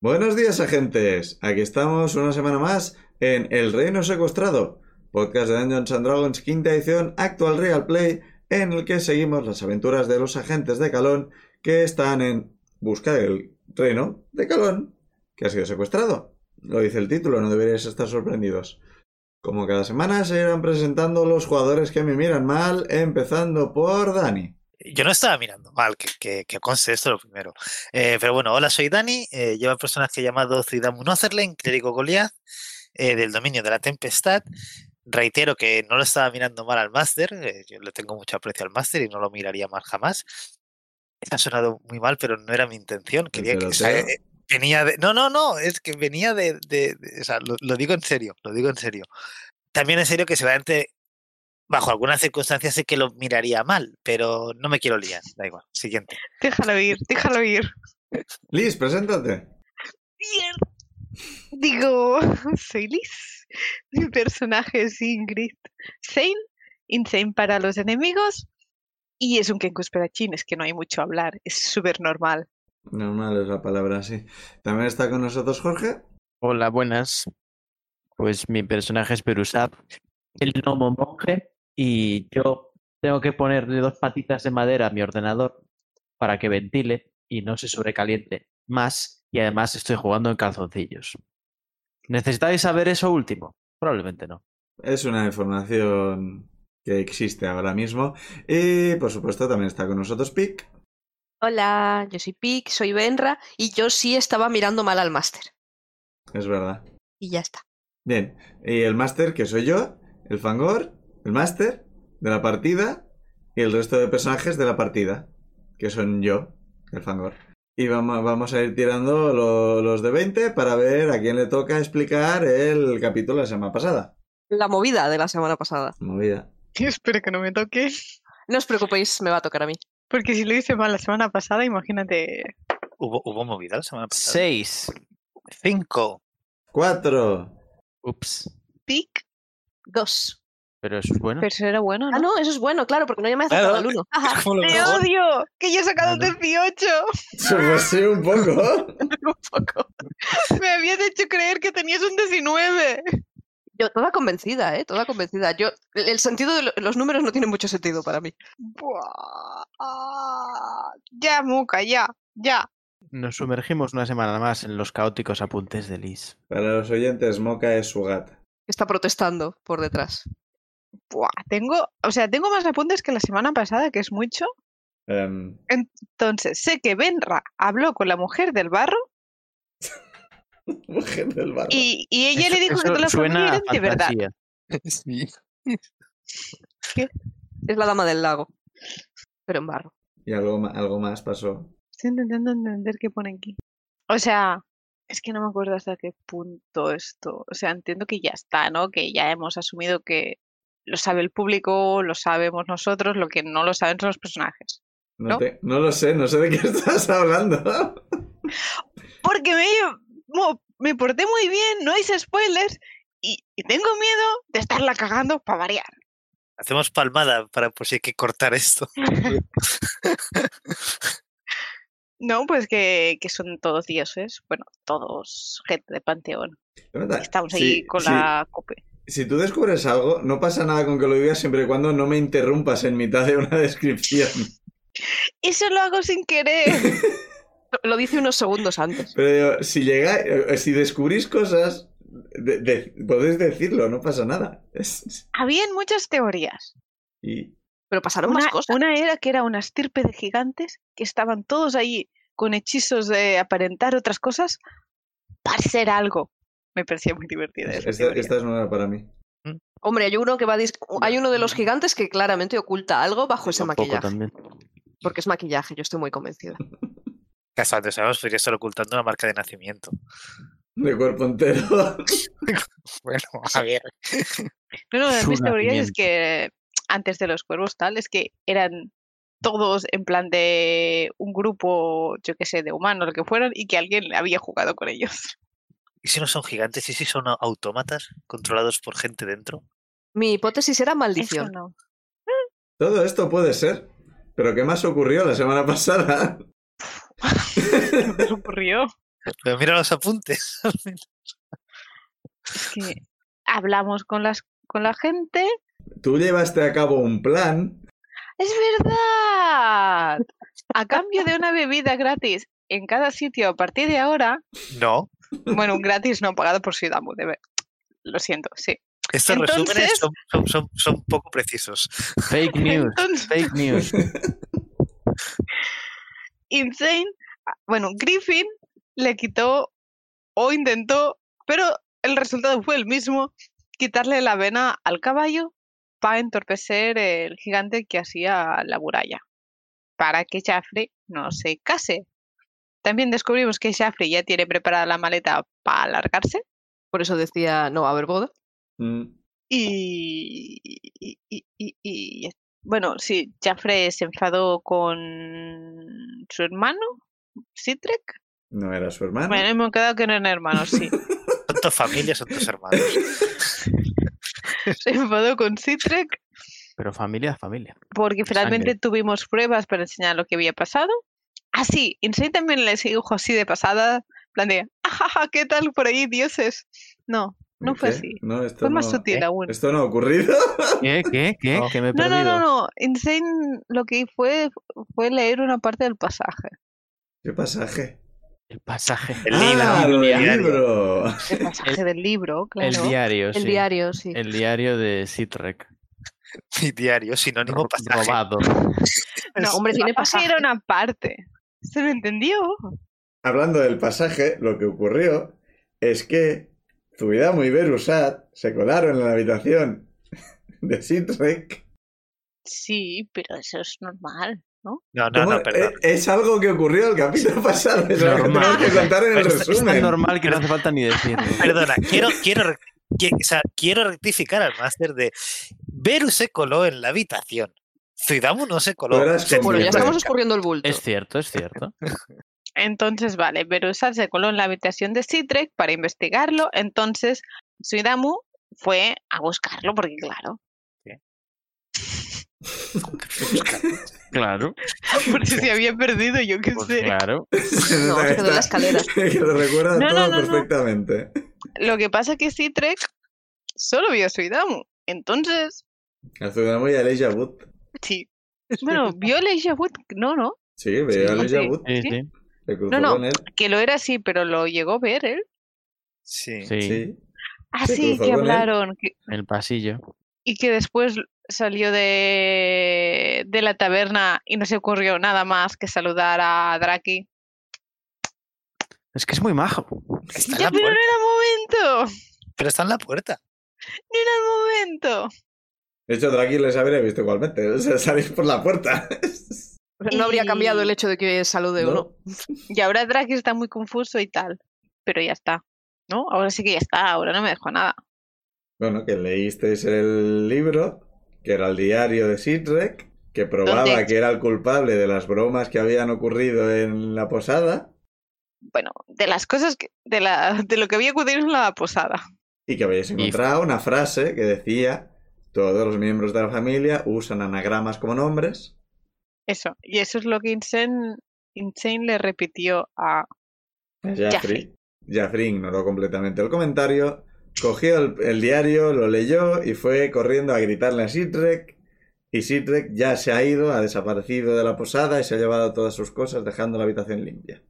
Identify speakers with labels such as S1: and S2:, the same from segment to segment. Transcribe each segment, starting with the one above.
S1: Buenos días, agentes. Aquí estamos una semana más en El Reino Secuestrado, podcast de Dungeons and Dragons, quinta edición, actual Real Play, en el que seguimos las aventuras de los agentes de Calón que están en busca del reino de Calón, que ha sido secuestrado. Lo dice el título, no deberíais estar sorprendidos. Como cada semana se irán presentando los jugadores que me miran mal, empezando por Dani.
S2: Yo no estaba mirando mal, que, que, que conste esto lo primero. Eh, pero bueno, hola, soy Dani. Eh, llevo el personaje llamado Cidamu Notherlane, clérigo Goliath, eh, del dominio de la tempestad. Reitero que no lo estaba mirando mal al máster. eh, yo le tengo mucho aprecio al máster y no lo miraría mal jamás. Esto ha sonado muy mal, pero no era mi intención. Quería que. o sea,
S1: peloteo.
S2: eh, venía de. No, no, no. Es que venía de. de- de- o sea, lo, lo digo en serio, lo digo en serio. También en serio que seguramente. Bajo algunas circunstancias sí que lo miraría mal, pero no me quiero liar. Da igual. Siguiente.
S3: Déjalo ir, déjalo ir.
S1: Liz, preséntate.
S3: Bien. Digo, soy Liz. Mi personaje es Ingrid. Sane, insane para los enemigos. Y es un Kenkus Perachín, es que no hay mucho a hablar, es súper normal.
S1: Normal es la palabra, sí. También está con nosotros Jorge.
S4: Hola, buenas. Pues mi personaje es Perusap, el gnomo monje, y yo tengo que ponerle dos patitas de madera a mi ordenador para que ventile y no se sobrecaliente más, y además estoy jugando en calzoncillos. ¿Necesitáis saber eso último? Probablemente no.
S1: Es una información que existe ahora mismo. Y por supuesto también está con nosotros Pic.
S5: Hola, yo soy Pic, soy Benra y yo sí estaba mirando mal al máster.
S1: Es verdad.
S5: Y ya está.
S1: Bien. Y el máster, que soy yo, el Fangor, el máster de la partida y el resto de personajes de la partida, que son yo, el Fangor. Y vamos, vamos a ir tirando lo- los de 20 para ver a quién le toca explicar el capítulo de la semana pasada.
S5: La movida de la semana pasada.
S1: Movida.
S3: Espero que no me toque,
S5: No os preocupéis, me va a tocar a mí.
S3: porque si lo hice mal la semana pasada, imagínate.
S2: ¿Hubo, hubo movida la semana pasada?
S4: Seis.
S2: Cinco.
S1: Cuatro.
S4: Ups.
S3: Pic,
S5: Dos.
S4: Pero eso es bueno.
S3: pero eso era bueno,
S5: Ah,
S3: Ah. ¿no?
S5: no, eso es bueno, claro, porque no ya me ha
S2: Claro.
S5: acertado el uno. Ajá.
S2: Es como lo
S3: ¡Te
S2: mejor.
S3: odio! ¡Que yo he sacado un
S4: Claro.
S3: 18!
S1: Pues sí, un poco.
S5: Un poco.
S3: Me habías hecho creer que tenías un 19.
S5: Yo toda convencida, ¿eh? Toda convencida. Yo, el el sentido de lo- los números no tiene mucho sentido para mí.
S3: Buah. Ah, Ya, Muca, ya, ya.
S4: Nos sumergimos una semana más en los caóticos apuntes de Liz.
S1: Para los oyentes, Moca es su gata.
S5: Está protestando por detrás.
S3: Buah, tengo, o sea, tengo más apuntes que la semana pasada, que es mucho.
S1: Em,
S3: Entonces, sé que Benra habló con la mujer del barro
S1: mujer del barro.
S3: y, y ella le
S4: Eso-
S3: dijo que
S4: eso
S3: toda la
S4: suena
S3: familia
S4: a
S3: eran de verdad.
S4: fantasía.
S5: Es la dama del lago. Pero en barro.
S1: Y algo, ma- algo más pasó.
S3: Estoy intentando entender qué pone aquí. O sea, es que no me acuerdo hasta qué punto esto. O sea, entiendo que ya está, ¿no? Que ya hemos asumido que lo sabe el público, lo sabemos nosotros, lo que no lo saben son los personajes.
S1: No,
S3: ¿No?
S1: te- no lo sé, no sé de qué estás hablando.
S3: Porque me, mo- me porté muy bien, no hice spoilers y, y tengo miedo de estarla cagando para variar.
S2: Hacemos palmada para por si hay que cortar esto.
S3: No, pues que, que son todos dioses, bueno, todos gente de Panteón.
S1: De verdad,
S3: Estamos
S1: si-
S3: ahí con
S1: si-
S3: la cope.
S1: Si tú descubres algo, no pasa nada con que lo digas siempre y cuando no me interrumpas en mitad de una descripción.
S3: Eso lo hago sin querer.
S5: Lo- Lo dice unos segundos antes.
S1: Pero digo, si llegáis, eh, si descubrís cosas, de- de- podéis decirlo, no pasa nada. Es-
S3: Habían muchas teorías.
S1: y
S5: Pero pasaron
S3: Una,
S5: más cosas.
S3: una era que era una estirpe de gigantes que estaban todos ahí con hechizos de aparentar otras cosas para ser algo. Me parecía muy divertida esa
S1: esta,
S3: teoría.
S1: esta es nueva para mí.
S5: Hombre, hay uno que va a dis- hay uno de los
S4: Mm.
S5: gigantes que claramente oculta algo bajo ese
S4: Un poco
S5: Pues maquillaje.
S4: también.
S5: Porque es maquillaje, yo estoy muy convencida.
S2: Caso antes sabemos, podría estar ocultando una marca de nacimiento.
S1: De cuerpo entero.
S2: Bueno, a ver.
S3: No, no, las
S4: Su
S3: mis teorías es que antes de los cuervos tal, es que eran todos en plan de un grupo, yo qué sé, de humanos, lo que fueran, y que alguien había jugado con ellos.
S2: ¿Y si no son gigantes? ¿Y si son au- autómatas controlados por gente dentro?
S5: Mi hipótesis era
S3: Eso
S5: maldición.
S3: no.
S1: Todo esto puede ser. Pero ¿qué más ocurrió la semana pasada?
S3: se me ocurrió.
S2: Pero mira los apuntes.
S3: Es que hablamos con, las, con la gente.
S1: Tú llevaste a cabo un plan
S3: ¡Es verdad! A cambio de una bebida gratis en cada sitio a partir de ahora.
S2: No.
S3: Bueno, un gratis no pagado por Sudamu, de ver. Lo siento, sí.
S2: Estos
S3: Entonces-
S2: resúmenes son, son- son- son poco precisos.
S4: Fake news,
S3: Entonces-
S4: fake news.
S3: Insane, ah, bueno, Griffin le quitó o intentó, pero el resultado fue el mismo, quitarle la vena al caballo para entorpecer el gigante que hacía la muralla, para que Jaffrey no se case. También descubrimos que Jaffrey ya tiene preparada la maleta para alargarse
S5: Por eso decía, no va a haber boda.
S1: Mm,
S3: y, y- y- y- y- bueno, sí, Jaffrey se enfadó con su hermano, Citrek,
S1: No era su hermano.
S3: Bueno, hemos quedado que no eran hermanos, sí.
S2: Son tus familias, son tus hermanos.
S3: Se enfadó con Citrek
S4: Pero familia, familia.
S3: porque finalmente
S4: Sangre.
S3: tuvimos pruebas para enseñar lo que había pasado. Ah, sí, Insane también les dijo así de pasada, en plan de, ajaja, ¿qué tal por ahí, dioses? No, no fue
S1: ¿Qué?
S3: así.
S1: No, esto
S3: fue más
S1: no-
S3: sutil
S4: ¿eh?
S3: aún.
S1: Esto no ha ocurrido.
S4: ¿Qué? ¿Qué? ¿Qué?
S2: No.
S4: ¿Qué me he
S3: No,
S4: perdido?
S3: no, no, no. Insane lo que fue fue leer una parte del pasaje.
S1: ¿Qué pasaje?
S4: El pasaje.
S2: El
S1: ah,
S2: libro,
S1: lo del
S2: el diario.
S1: libro.
S3: El pasaje del libro, claro.
S4: El diario,
S5: El
S4: sí.
S5: diario, sí.
S4: El diario de Sitrek.
S2: Mi diario, sinónimo
S4: Ro-
S2: pasaje.
S4: Robado.
S3: No,
S5: hombre, tiene
S3: pasaje era
S5: pasaje.
S3: una parte. ¿Se me entendió?
S1: Hablando del pasaje, lo que ocurrió es que Zubidamu y Berusat se colaron en la habitación de Sitrek.
S3: Sí, pero eso es normal.
S2: No, no,
S1: ¿Cómo?
S2: no, perdón.
S1: Eh, Es algo que ocurrió el capítulo pasado. Es lo que
S4: Normal.
S1: tenemos que contar en el
S4: Pero es- Es tan
S1: resumen.
S4: normal que no hace falta ni decirlo.
S2: Perdona, quiero, quiero, re- qui- o sea, quiero rectificar al máster de Beru se coló en la habitación. Zuidamu no se coló.
S1: Lo eras
S2: Se-
S1: con
S5: Bueno, ya
S1: Siempre.
S5: estamos escurriendo el bulto.
S4: Es cierto, es cierto.
S3: Entonces, vale, Berusat se coló en la habitación de Citrek para investigarlo. Entonces, Suidamu fue a buscarlo, porque claro,
S4: Claro,
S3: por si se había perdido, yo qué
S4: pues
S3: sé.
S4: claro.
S5: No, se quedó en
S1: Está-
S5: la escalera.
S1: que lo recuerda
S3: No, no,
S1: todo
S3: no, no.
S1: perfectamente.
S3: Lo que pasa es que Citrek solo vio a Suidamu. Entonces,
S1: A Zubidamu y a Elijah Wood.
S3: sí. Bueno, vio a Elijah Wood, no, no,
S1: Sí, veía a
S3: Sí.
S1: Elijah Wood.
S4: Sí,
S3: Sí.
S4: sí.
S1: Se cruzó
S3: no.
S1: con él.
S3: que lo era así, pero lo llegó a ver él.
S2: Sí.
S4: Sí,
S1: Sí. Se
S3: Así
S1: cruzó
S3: que
S1: con él.
S3: hablaron que-
S4: en el pasillo.
S3: y que después salió de, de la taberna y no se ocurrió nada más que saludar a Draki.
S4: Es que es muy majo.
S2: Está en
S3: Ya,
S2: la
S3: pero no
S2: puerta.
S3: era momento.
S2: Pero está en la puerta.
S3: ¡No era el momento!
S1: De hecho, Draki les habría visto igualmente. O sea, salir por la puerta.
S5: O sea, No habría cambiado el hecho de que salude o no.
S3: Y ahora Draki está muy confuso y tal. Pero ya está. ¿No? Ahora sí que ya está. Ahora no me dejó nada.
S1: Bueno, que leísteis el libro, que era el diario de Sitrek, que probaba
S3: ¿Dónde?
S1: que era el culpable de las bromas que habían ocurrido en la posada
S3: Bueno, de las cosas que, de, la, de lo que había ocurrido en la posada.
S1: y que habéis encontrado una frase que decía todos los miembros de la familia usan anagramas como nombres.
S3: Eso. Y eso es lo que Insane, Insane le repitió a.
S1: Jaffrey. Jaffrey ignoró completamente el comentario, cogió el, el diario, lo leyó y fue corriendo a gritarle a Sitrek. Y Sitrek ya se ha ido, ha desaparecido de la posada y se ha llevado todas sus cosas dejando la habitación limpia.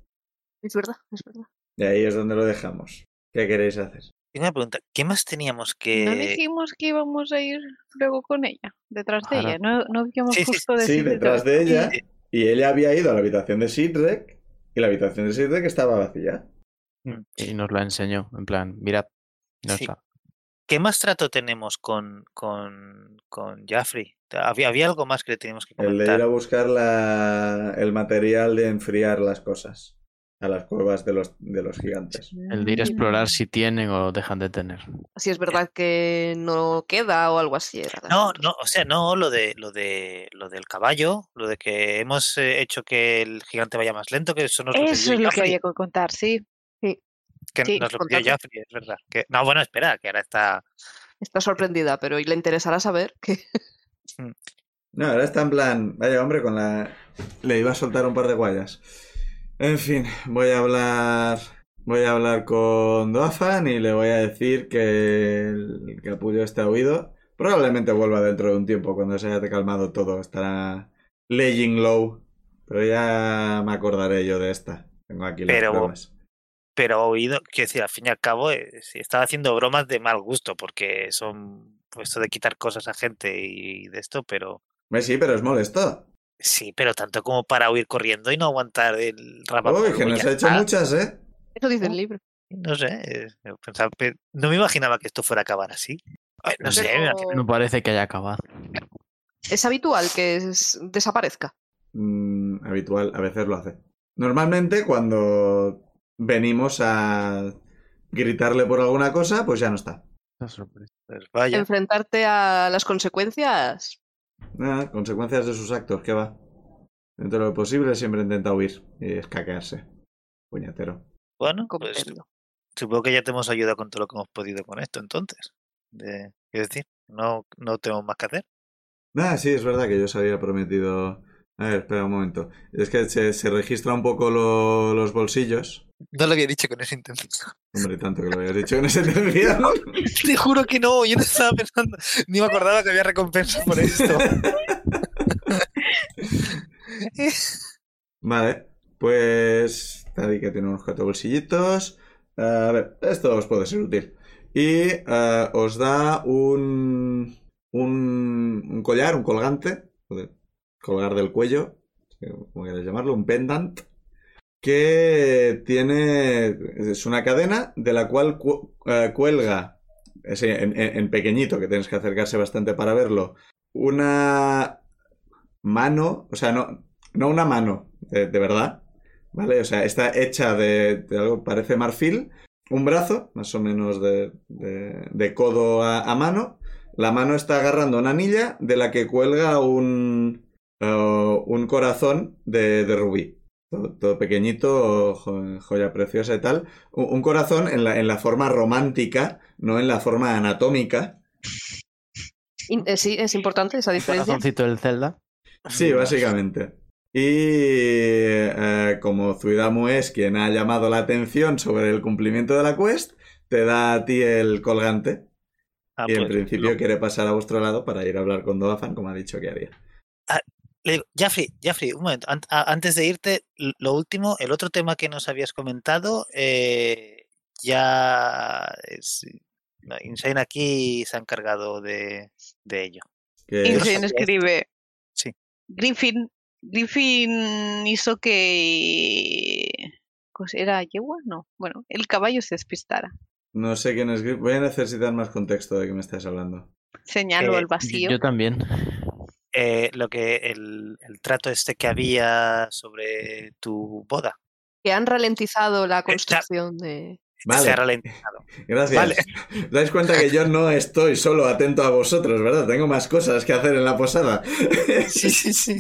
S5: Es verdad, es verdad.
S1: Y ahí es donde lo dejamos. ¿Qué queréis hacer?
S2: Tengo una pregunta. ¿Qué más teníamos que...?
S1: Eh,
S3: No dijimos que íbamos a ir luego con ella. Detrás de
S4: Ojalá.
S3: ella. No, no habíamos
S2: Sí, sí,
S3: justo
S1: Sí,
S3: decidido.
S1: detrás de ella.
S2: Sí.
S1: Y ella había ido a la habitación de Sidrek y la habitación de Sidrek estaba vacía.
S4: Y nos la enseñó, en plan, mirad. no
S2: Sí.
S4: está.
S2: ¿Qué más trato tenemos con, con, con Jaffrey? ¿Había, había algo más que le teníamos que
S1: El de ir
S2: comentar?
S1: a buscar la- el material de enfriar las cosas a las cuevas de los, de los gigantes.
S4: El de ir a explorar si tienen o dejan de tener.
S5: Así es verdad que no queda o algo así. era la-
S2: No, no, o sea, no lo de lo de lo del caballo, lo de que hemos eh, hecho que el gigante vaya más lento, que eso nos lo
S3: Eso
S2: pidió
S3: es lo que
S2: Jaffrey,
S3: había que contar, sí.
S2: que
S3: sí,
S2: nos lo pidió
S5: contadlo.
S2: Jaffrey, es verdad. Que, no, bueno, espera, que ahora está.
S5: Está sorprendida, pero y le interesará saber que
S1: No, ahora está en plan. Vaya hombre, con la. Le iba a soltar un par de guayas. En fin, voy a hablar Voy a hablar con Doafan y le voy a decir que el capullo está huido. Probablemente vuelva dentro de un tiempo, cuando se haya calmado todo. Estará laying low. Pero ya me acordaré yo de esta. Tengo aquí las
S2: Pero-
S1: bromas.
S2: pero oído, quiero decir, al fin y al cabo, eh, sí, estaba haciendo bromas de mal gusto, porque son pues, esto de quitar cosas a gente y de esto, pero
S1: Hombre, Sí, pero es molesto.
S2: sí, pero tanto como para huir corriendo y no aguantar el rapaz.
S1: Uy, que nos ha hecho muchas, ¿eh?
S5: Eso dice el libro.
S2: No sé, eh, yo pensaba que- no me imaginaba que esto fuera a acabar así. Ay, no sé, me-
S5: Pero
S4: No parece que haya acabado.
S5: Es habitual que es- desaparezca.
S1: Mm, habitual, a veces lo hace. Normalmente cuando venimos a gritarle por alguna cosa, pues ya no está.
S2: pues vaya,
S5: Enfrentarte a las consecuencias.
S1: Nada, Ah, consecuencias de sus actos, ¿qué va? Dentro de lo posible siempre intenta huir y escaquearse. Puñatero.
S2: bueno, pues,
S5: Comprendo.
S2: supongo que ya te hemos ayudado con todo lo que hemos podido con esto, entonces. De- quiero decir, no, no tengo más que hacer.
S1: Ah, sí, es verdad que yo os había prometido... A ver, espera un momento. Es que se, se registra un poco lo- los bolsillos.
S2: No lo había dicho con ese intento.
S1: Hombre, tanto que lo habías dicho en ese tercio.
S2: Te juro que no, yo no estaba pensando, ni me acordaba que había recompensa por esto.
S1: Vale, pues Tadi que tiene unos cuatro bolsillitos. Eh, A ver, esto os puede ser útil. Y eh, os da un, un, un collar, un colgante, o de- colgar del cuello, como queráis llamarlo, un pendant, que tiene, es una cadena de la cual cu- eh, cuelga, es en- en- en pequeñito, que tienes que acercarse bastante para verlo, una mano, o sea, no, no una mano, de, de verdad, ¿vale? O sea, está hecha de, de algo, parece marfil, un brazo, más o menos de, de- de codo a, a mano, la mano está agarrando una anilla de la que cuelga un, eh, un corazón de, de rubí. Todo, todo pequeñito, jo- joya preciosa y tal. Un, un corazón en la, en la forma romántica, no en la forma anatómica.
S5: In- eh, sí, es importante esa diferencia.
S4: Corazoncito del Zelda.
S2: Ah,
S1: Sí, básicamente. Y eh, como Zuidamu es quien ha llamado la atención sobre el cumplimiento de la quest, te da a ti el colgante
S2: Ah,
S1: y en
S2: pues,
S1: principio
S2: lo-
S1: quiere pasar a vuestro lado para ir a hablar con Doafan, como ha dicho que haría.
S2: le digo, Jeffrey, Jeffrey, un momento, an- a- antes de irte, l- lo último, el otro tema que nos habías comentado, eh, ya es, no, Insane aquí se ha encargado de, de ello.
S1: Que
S2: Yo no
S1: es-
S2: sé
S3: Insane
S2: qué es.
S3: Eh, escribe.
S2: Sí.
S3: Griffin. Griffin hizo que. cos- ¿Era yegua? No. Bueno, el caballo se despistara.
S1: no sé quién es Grip. Voy a necesitar más contexto de qué me estáis hablando.
S3: Señaló
S2: Eh,
S3: el vacío.
S4: Yo también.
S2: Eh, lo que el, el trato este que había sobre tu boda
S5: Que han ralentizado la
S2: Está-
S5: construcción de.
S1: Vale,
S2: se ha ralentizado.
S1: gracias.
S2: Vale.
S1: ¿Os Dais cuenta que yo no estoy solo atento a vosotros, ¿verdad? Tengo más cosas que hacer en la posada.
S2: Sí, sí, sí.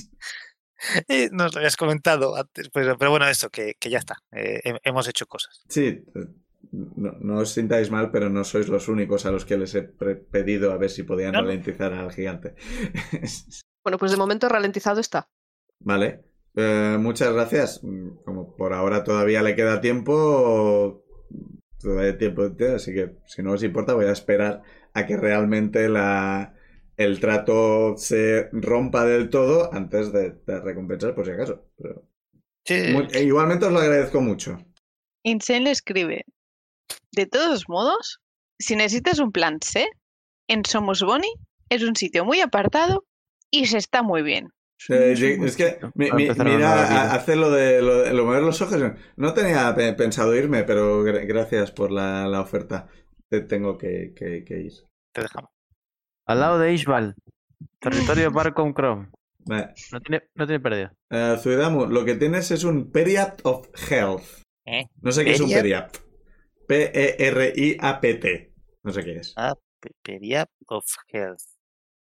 S2: Eh, nos lo habías comentado antes, pero, pero bueno, eso, que, que ya está. eh, hem- hemos hecho cosas.
S1: Sí, eh, no, no os sintáis mal, pero no sois los únicos a los que les he pre- pedido a ver si podían
S2: No, no.
S1: ralentizar al gigante.
S5: Bueno, pues de momento ralentizado está.
S1: vale, Eh, muchas gracias. Mm, Como por ahora todavía le queda tiempo, todavía hay tiempo, así que si no os importa voy a esperar a que realmente la, el trato se rompa del todo antes de, de recompensar por si acaso. Pero-
S2: Sí,
S1: Mu- e igualmente os lo agradezco mucho.
S3: Insane le escribe. De todos modos, si necesitas un plan C, en Somos Boni es un sitio muy apartado y se está muy bien.
S1: Eh,
S4: Somos
S1: ye-
S4: un
S1: es que
S4: bolsito
S1: mi-
S4: para
S1: mi-
S4: empezar una
S1: mira
S4: nueva vida.
S1: a- hacer lo de lo, de- lo mover los ojos. No tenía pe- pensado irme, pero gra- gracias por la, la oferta. Te tengo que, que- que ir.
S2: te dejamos.
S4: Al lado de Ishbal. Territorio Barcom Chrome.
S1: Vale.
S4: No tiene, no tiene pérdida.
S1: Eh, Zuidamu, lo que tienes es un Periapt of Health.
S2: ¿Eh?
S1: No sé qué es un
S2: ¿Periapt?
S1: Periapt. P-E-R-I-A-P-T. No sé qué es.
S2: Ah, Pe- Periap of Health.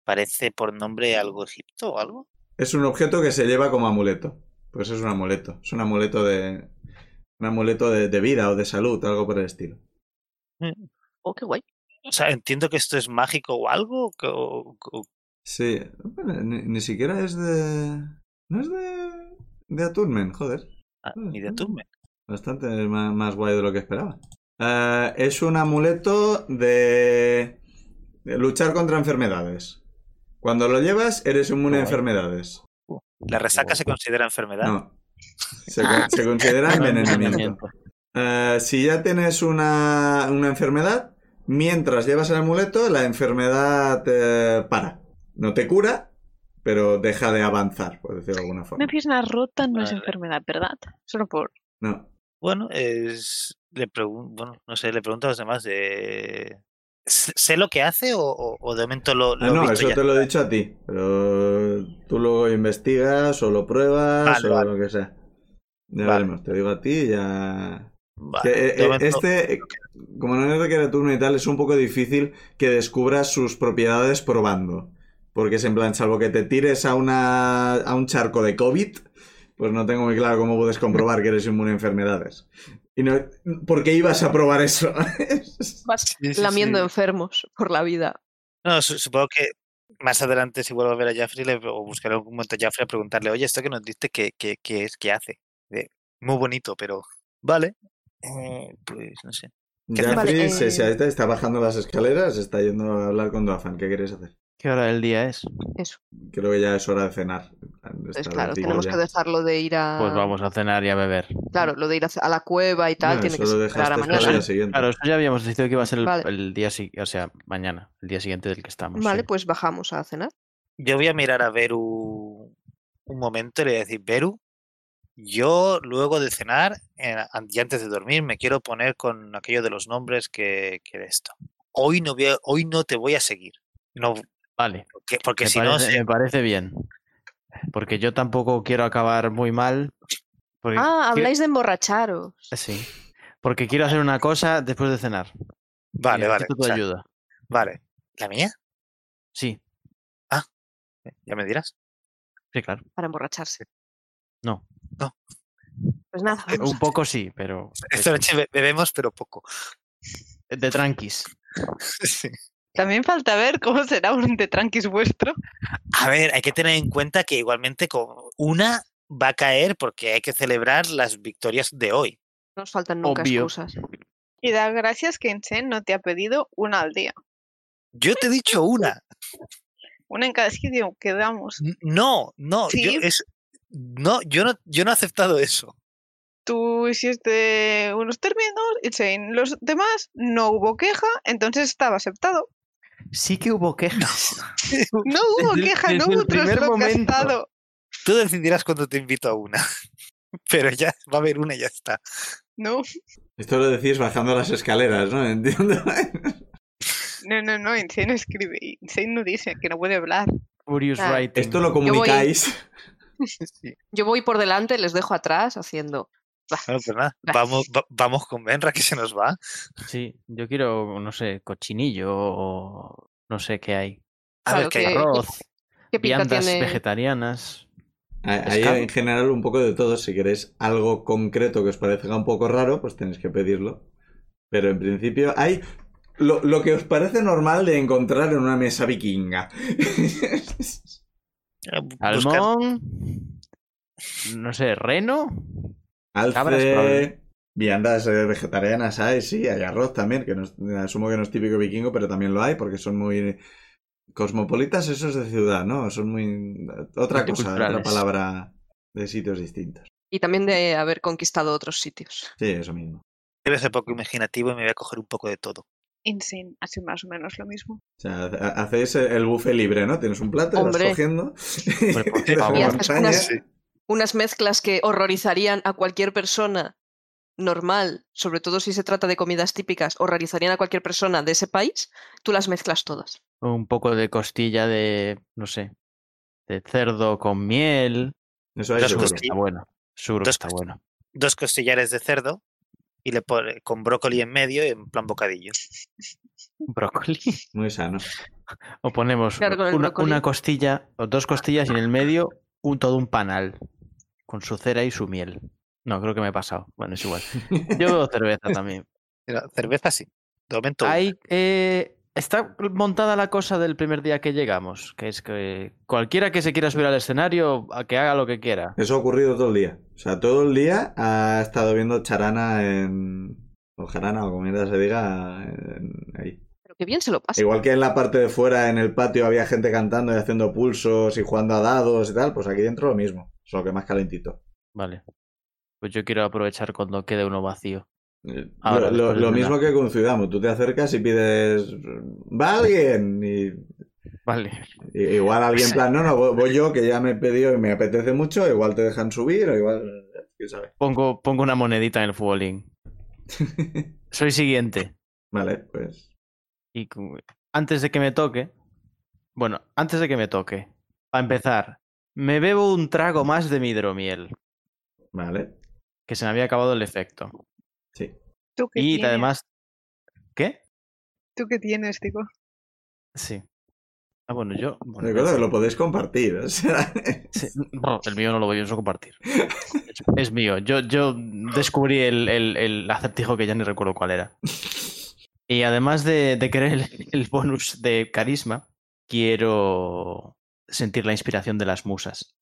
S2: Parece por nombre algo egipto o algo.
S1: Es un objeto que se lleva como amuleto. Pues es un amuleto. Es un amuleto de. Un amuleto de, de vida o de salud, algo por el estilo.
S5: Oh, qué guay.
S2: O sea, entiendo que esto es mágico o algo. que- o- o-
S1: Sí, bueno, ni, ni siquiera es de. No es de. De Attunement, joder.
S2: ah, ni de
S1: Ujú.
S2: Turmen.
S1: Bastante más, más guay de lo que esperaba. Eh, es un amuleto de, de luchar contra enfermedades. Cuando lo llevas, eres inmune a
S4: Guay.
S1: enfermedades.
S2: La resaca se considera enfermedad.
S1: No. Se, con- se considera envenenamiento. Eh, si ya tienes una, una enfermedad, mientras llevas el amuleto, la enfermedad eh, para. No te cura, pero deja de avanzar, por decirlo de alguna forma.
S3: Una pierna rota no es
S2: Vale.
S3: enfermedad, ¿verdad? Solo por...
S1: No.
S2: Bueno, es, le pregun- bueno, no sé, le pregunto a los demás. eh, ¿s- ¿Sé lo que hace o, o- o de momento lo, lo
S1: Ah,
S2: he
S1: no,
S2: visto
S1: eso
S2: ya?
S1: te lo he dicho a ti. Pero tú luego investigas o lo pruebas
S2: Vale,
S1: o
S2: vale.
S1: lo que sea. Ya
S2: Vale.
S1: veremos, te digo a ti y ya.
S2: Vale,
S1: Que, eh,
S2: de
S1: eh,
S2: momento-
S1: este, eh, como no le requiere turno y tal, es un poco difícil que descubras sus propiedades probando. Porque es en plan, salvo que te tires a, una, a un charco de COVID, pues no tengo muy claro cómo puedes comprobar que eres inmune a enfermedades. Y no, ¿Por qué ibas a probar eso?
S5: Vas
S2: Sí, sí,
S5: lamiendo
S2: sí.
S5: enfermos por la vida.
S2: No, su- supongo que más adelante, si vuelvo a ver a Jaffrey, le, o buscaré algún momento a Jaffrey a preguntarle, oye, esto que nos diste, ¿qué, qué, qué es? ¿Qué hace? De, muy bonito, pero vale. eh, pues no sé. ¿Qué
S1: Jeffrey
S5: Vale,
S1: se-
S5: eh.
S1: se está- está bajando las escaleras, está yendo a hablar con Doafan. ¿Qué quieres hacer?
S4: ¿Qué hora del día es?
S5: Eso.
S1: Creo que ya es hora de cenar.
S5: Entonces,
S1: Está
S5: Pues claro,
S1: tardillo
S5: tenemos
S1: ya.
S5: que dejarlo de ir a.
S4: Pues vamos a cenar y a beber.
S5: Claro, lo de ir a a la cueva y tal
S1: No,
S5: tiene que
S1: eso lo
S5: esperar a
S1: dejaste para el
S5: mañana.
S1: día siguiente.
S4: Claro, eso ya habíamos decidido que iba a ser el,
S5: Vale.
S4: el día siguiente, o sea, mañana, el día siguiente del que estamos.
S5: Vale,
S4: sí.
S5: pues bajamos a cenar.
S2: Yo voy a mirar a Beru un momento y le voy a decir, Beru, yo luego de cenar eh, an- y antes de dormir me quiero poner con aquello de los nombres que, que de esto. Hoy no, voy a- hoy no te voy a seguir. No,
S4: Vale,
S2: porque, porque
S4: me,
S2: si no...
S4: parece, eh,
S2: se-
S4: me parece bien. Porque yo tampoco quiero acabar muy mal. porque
S5: Ah,
S4: quiero-
S5: habláis de emborracharos.
S4: Sí. Porque quiero hacer una cosa después de cenar. y
S2: Vale, vale.
S4: necesito
S2: o
S4: tu
S2: sea,
S4: ayuda.
S2: Vale. ¿La mía?
S4: Sí,
S2: Ya me dirás.
S4: sí, claro.
S5: para emborracharse.
S4: No.
S2: No.
S5: Pues nada, vamos
S4: Un
S5: a-
S4: poco Pues sí, pero
S2: Esta noche be- bebemos, pero poco.
S4: de tranquis.
S2: Sí.
S3: También falta ver cómo será un de tranquis vuestro.
S2: A ver, hay que tener en cuenta que igualmente con una va a caer porque hay que celebrar las victorias de hoy.
S5: no nos faltan nunca
S4: Obvio.
S5: excusas.
S3: Y da gracias que Ensen no te ha pedido una al día.
S2: Yo te he dicho una.
S3: Una en cada sitio quedamos.
S2: N- No, no,
S3: Sí.
S2: yo, es- no, yo no, yo no he aceptado eso.
S3: Tú hiciste unos términos, Ensen los demás, no hubo queja, entonces estaba aceptado.
S4: Sí que hubo quejas.
S3: No hubo
S4: Desde el-
S3: queja, no
S4: desde el
S3: hubo
S4: primer momento.
S3: estado.
S2: Tú decidirás cuando te invito a una. Pero ya va a haber una y ya está.
S3: No,
S1: Esto lo decís bajando las escaleras, ¿no? Entiendo.
S3: no, no, no, Ensen escribe, Ensen no dice que no puede hablar.
S4: Curious
S5: Claro.
S4: writing.
S1: Esto lo comunicáis.
S5: Yo voy por delante, les dejo atrás haciendo.
S2: Bueno, pues nada, vamos, va- vamos con Benra que se nos va.
S4: Sí, yo quiero, no sé, cochinillo o no sé qué hay.
S2: A
S5: Claro
S2: ver qué hay.
S5: que-
S4: Arroz,
S5: Eh, ¿Qué pinta
S4: viandas
S5: tiene?
S4: vegetarianas.
S1: Hay
S4: Pescado.
S1: en general un poco de todo. Si queréis algo concreto que os parezca un poco raro, pues tenéis que pedirlo. Pero en principio hay lo, lo que os parece normal de encontrar en una mesa vikinga.
S2: Eh, bu- buscar-
S4: Salmón. No sé, reno. Cabras,
S1: Alce,
S4: probablemente.
S1: viandas eh, vegetarianas hay, sí, hay arroz también, que no es- asumo que no es típico vikingo, pero también lo hay porque son muy cosmopolitas, eso es de ciudad, ¿no? Son muy... Otra cosa, otra
S4: Multiculturales.
S1: palabra de sitios distintos.
S5: Y también de haber conquistado otros sitios.
S1: Sí, eso mismo.
S2: Debe ser poco imaginativo y me voy a coger un poco de todo.
S3: Ensen hace más o menos lo mismo.
S1: O sea, ha- hacéis el buffet libre, ¿no? Tienes un plato y vas
S5: Hombre.
S1: cogiendo.
S4: por
S1: de la
S4: favor.
S5: Y haces
S1: montaña.
S5: unas- Unas mezclas que horrorizarían a cualquier persona normal, sobre todo si se trata de comidas típicas, horrorizarían a cualquier persona de ese país, tú las mezclas todas.
S4: Un poco de costilla de, no sé, de cerdo con miel.
S1: Eso hay
S2: Las
S1: seguro.
S2: costillas.
S4: Está bueno. Seguro que
S2: Dos
S4: está
S1: pues
S2: costi-
S4: bueno.
S2: Dos costillares de cerdo y le pone- con brócoli en medio en plan bocadillo.
S4: Brócoli.
S1: Muy sano.
S4: O ponemos
S5: Claro, con el
S4: una,
S5: brócoli.
S4: una costilla, o dos costillas y en el medio un, todo un panal con su cera y su miel. No, creo que me he pasado. Bueno, es igual. Yo veo cerveza también.
S2: Mira, cerveza sí. De momento. una.
S4: Hay eh, Está montada la cosa del primer día que llegamos, que es que cualquiera que se quiera subir al escenario, a que haga lo que quiera.
S1: Eso ha ocurrido todo el día. O sea, todo el día ha estado viendo charana en. O jarana, o como mierda se diga, en- ahí.
S5: Pero que bien se lo pasa.
S1: Igual que en la parte de fuera, en el patio, había gente cantando y haciendo pulsos y jugando a dados y tal, pues aquí dentro lo mismo, solo que más calentito.
S4: Vale. Pues yo quiero aprovechar cuando quede uno vacío.
S1: Eh,
S4: Ahora,
S1: lo- lo
S4: Ah, después de
S1: lo
S4: cenar.
S1: mismo que con Ciudadamo, tú te acercas y pides, ¿va alguien? Y,
S4: Vale.
S1: y- igual alguien en plan, no, no, voy voy yo que ya me he pedido y me apetece mucho, igual te dejan subir o igual, quién sabe.
S4: Pongo, pongo una monedita en el futbolín. Soy siguiente.
S1: Vale, pues
S4: Y cu- antes de que me toque. Bueno, antes de que me toque. Para empezar, me bebo un trago más de mi hidromiel,
S1: vale,
S4: que se me había acabado el efecto.
S1: sí.
S3: ¿Tú qué
S4: Y
S3: tienes?
S4: además. ¿Qué?
S3: ¿Tú qué tienes, digo?
S4: Sí. Ah, bueno, yo. bueno,
S1: Recuerda
S4: sí.
S1: que lo podéis compartir, o sea, eh,
S4: Sí, no, el mío no lo voy a compartir. Es, es mío. Yo, yo descubrí el, el- el acertijo que ya ni recuerdo cuál era. Y además de, de querer el, el bonus de carisma, quiero sentir la inspiración de las musas.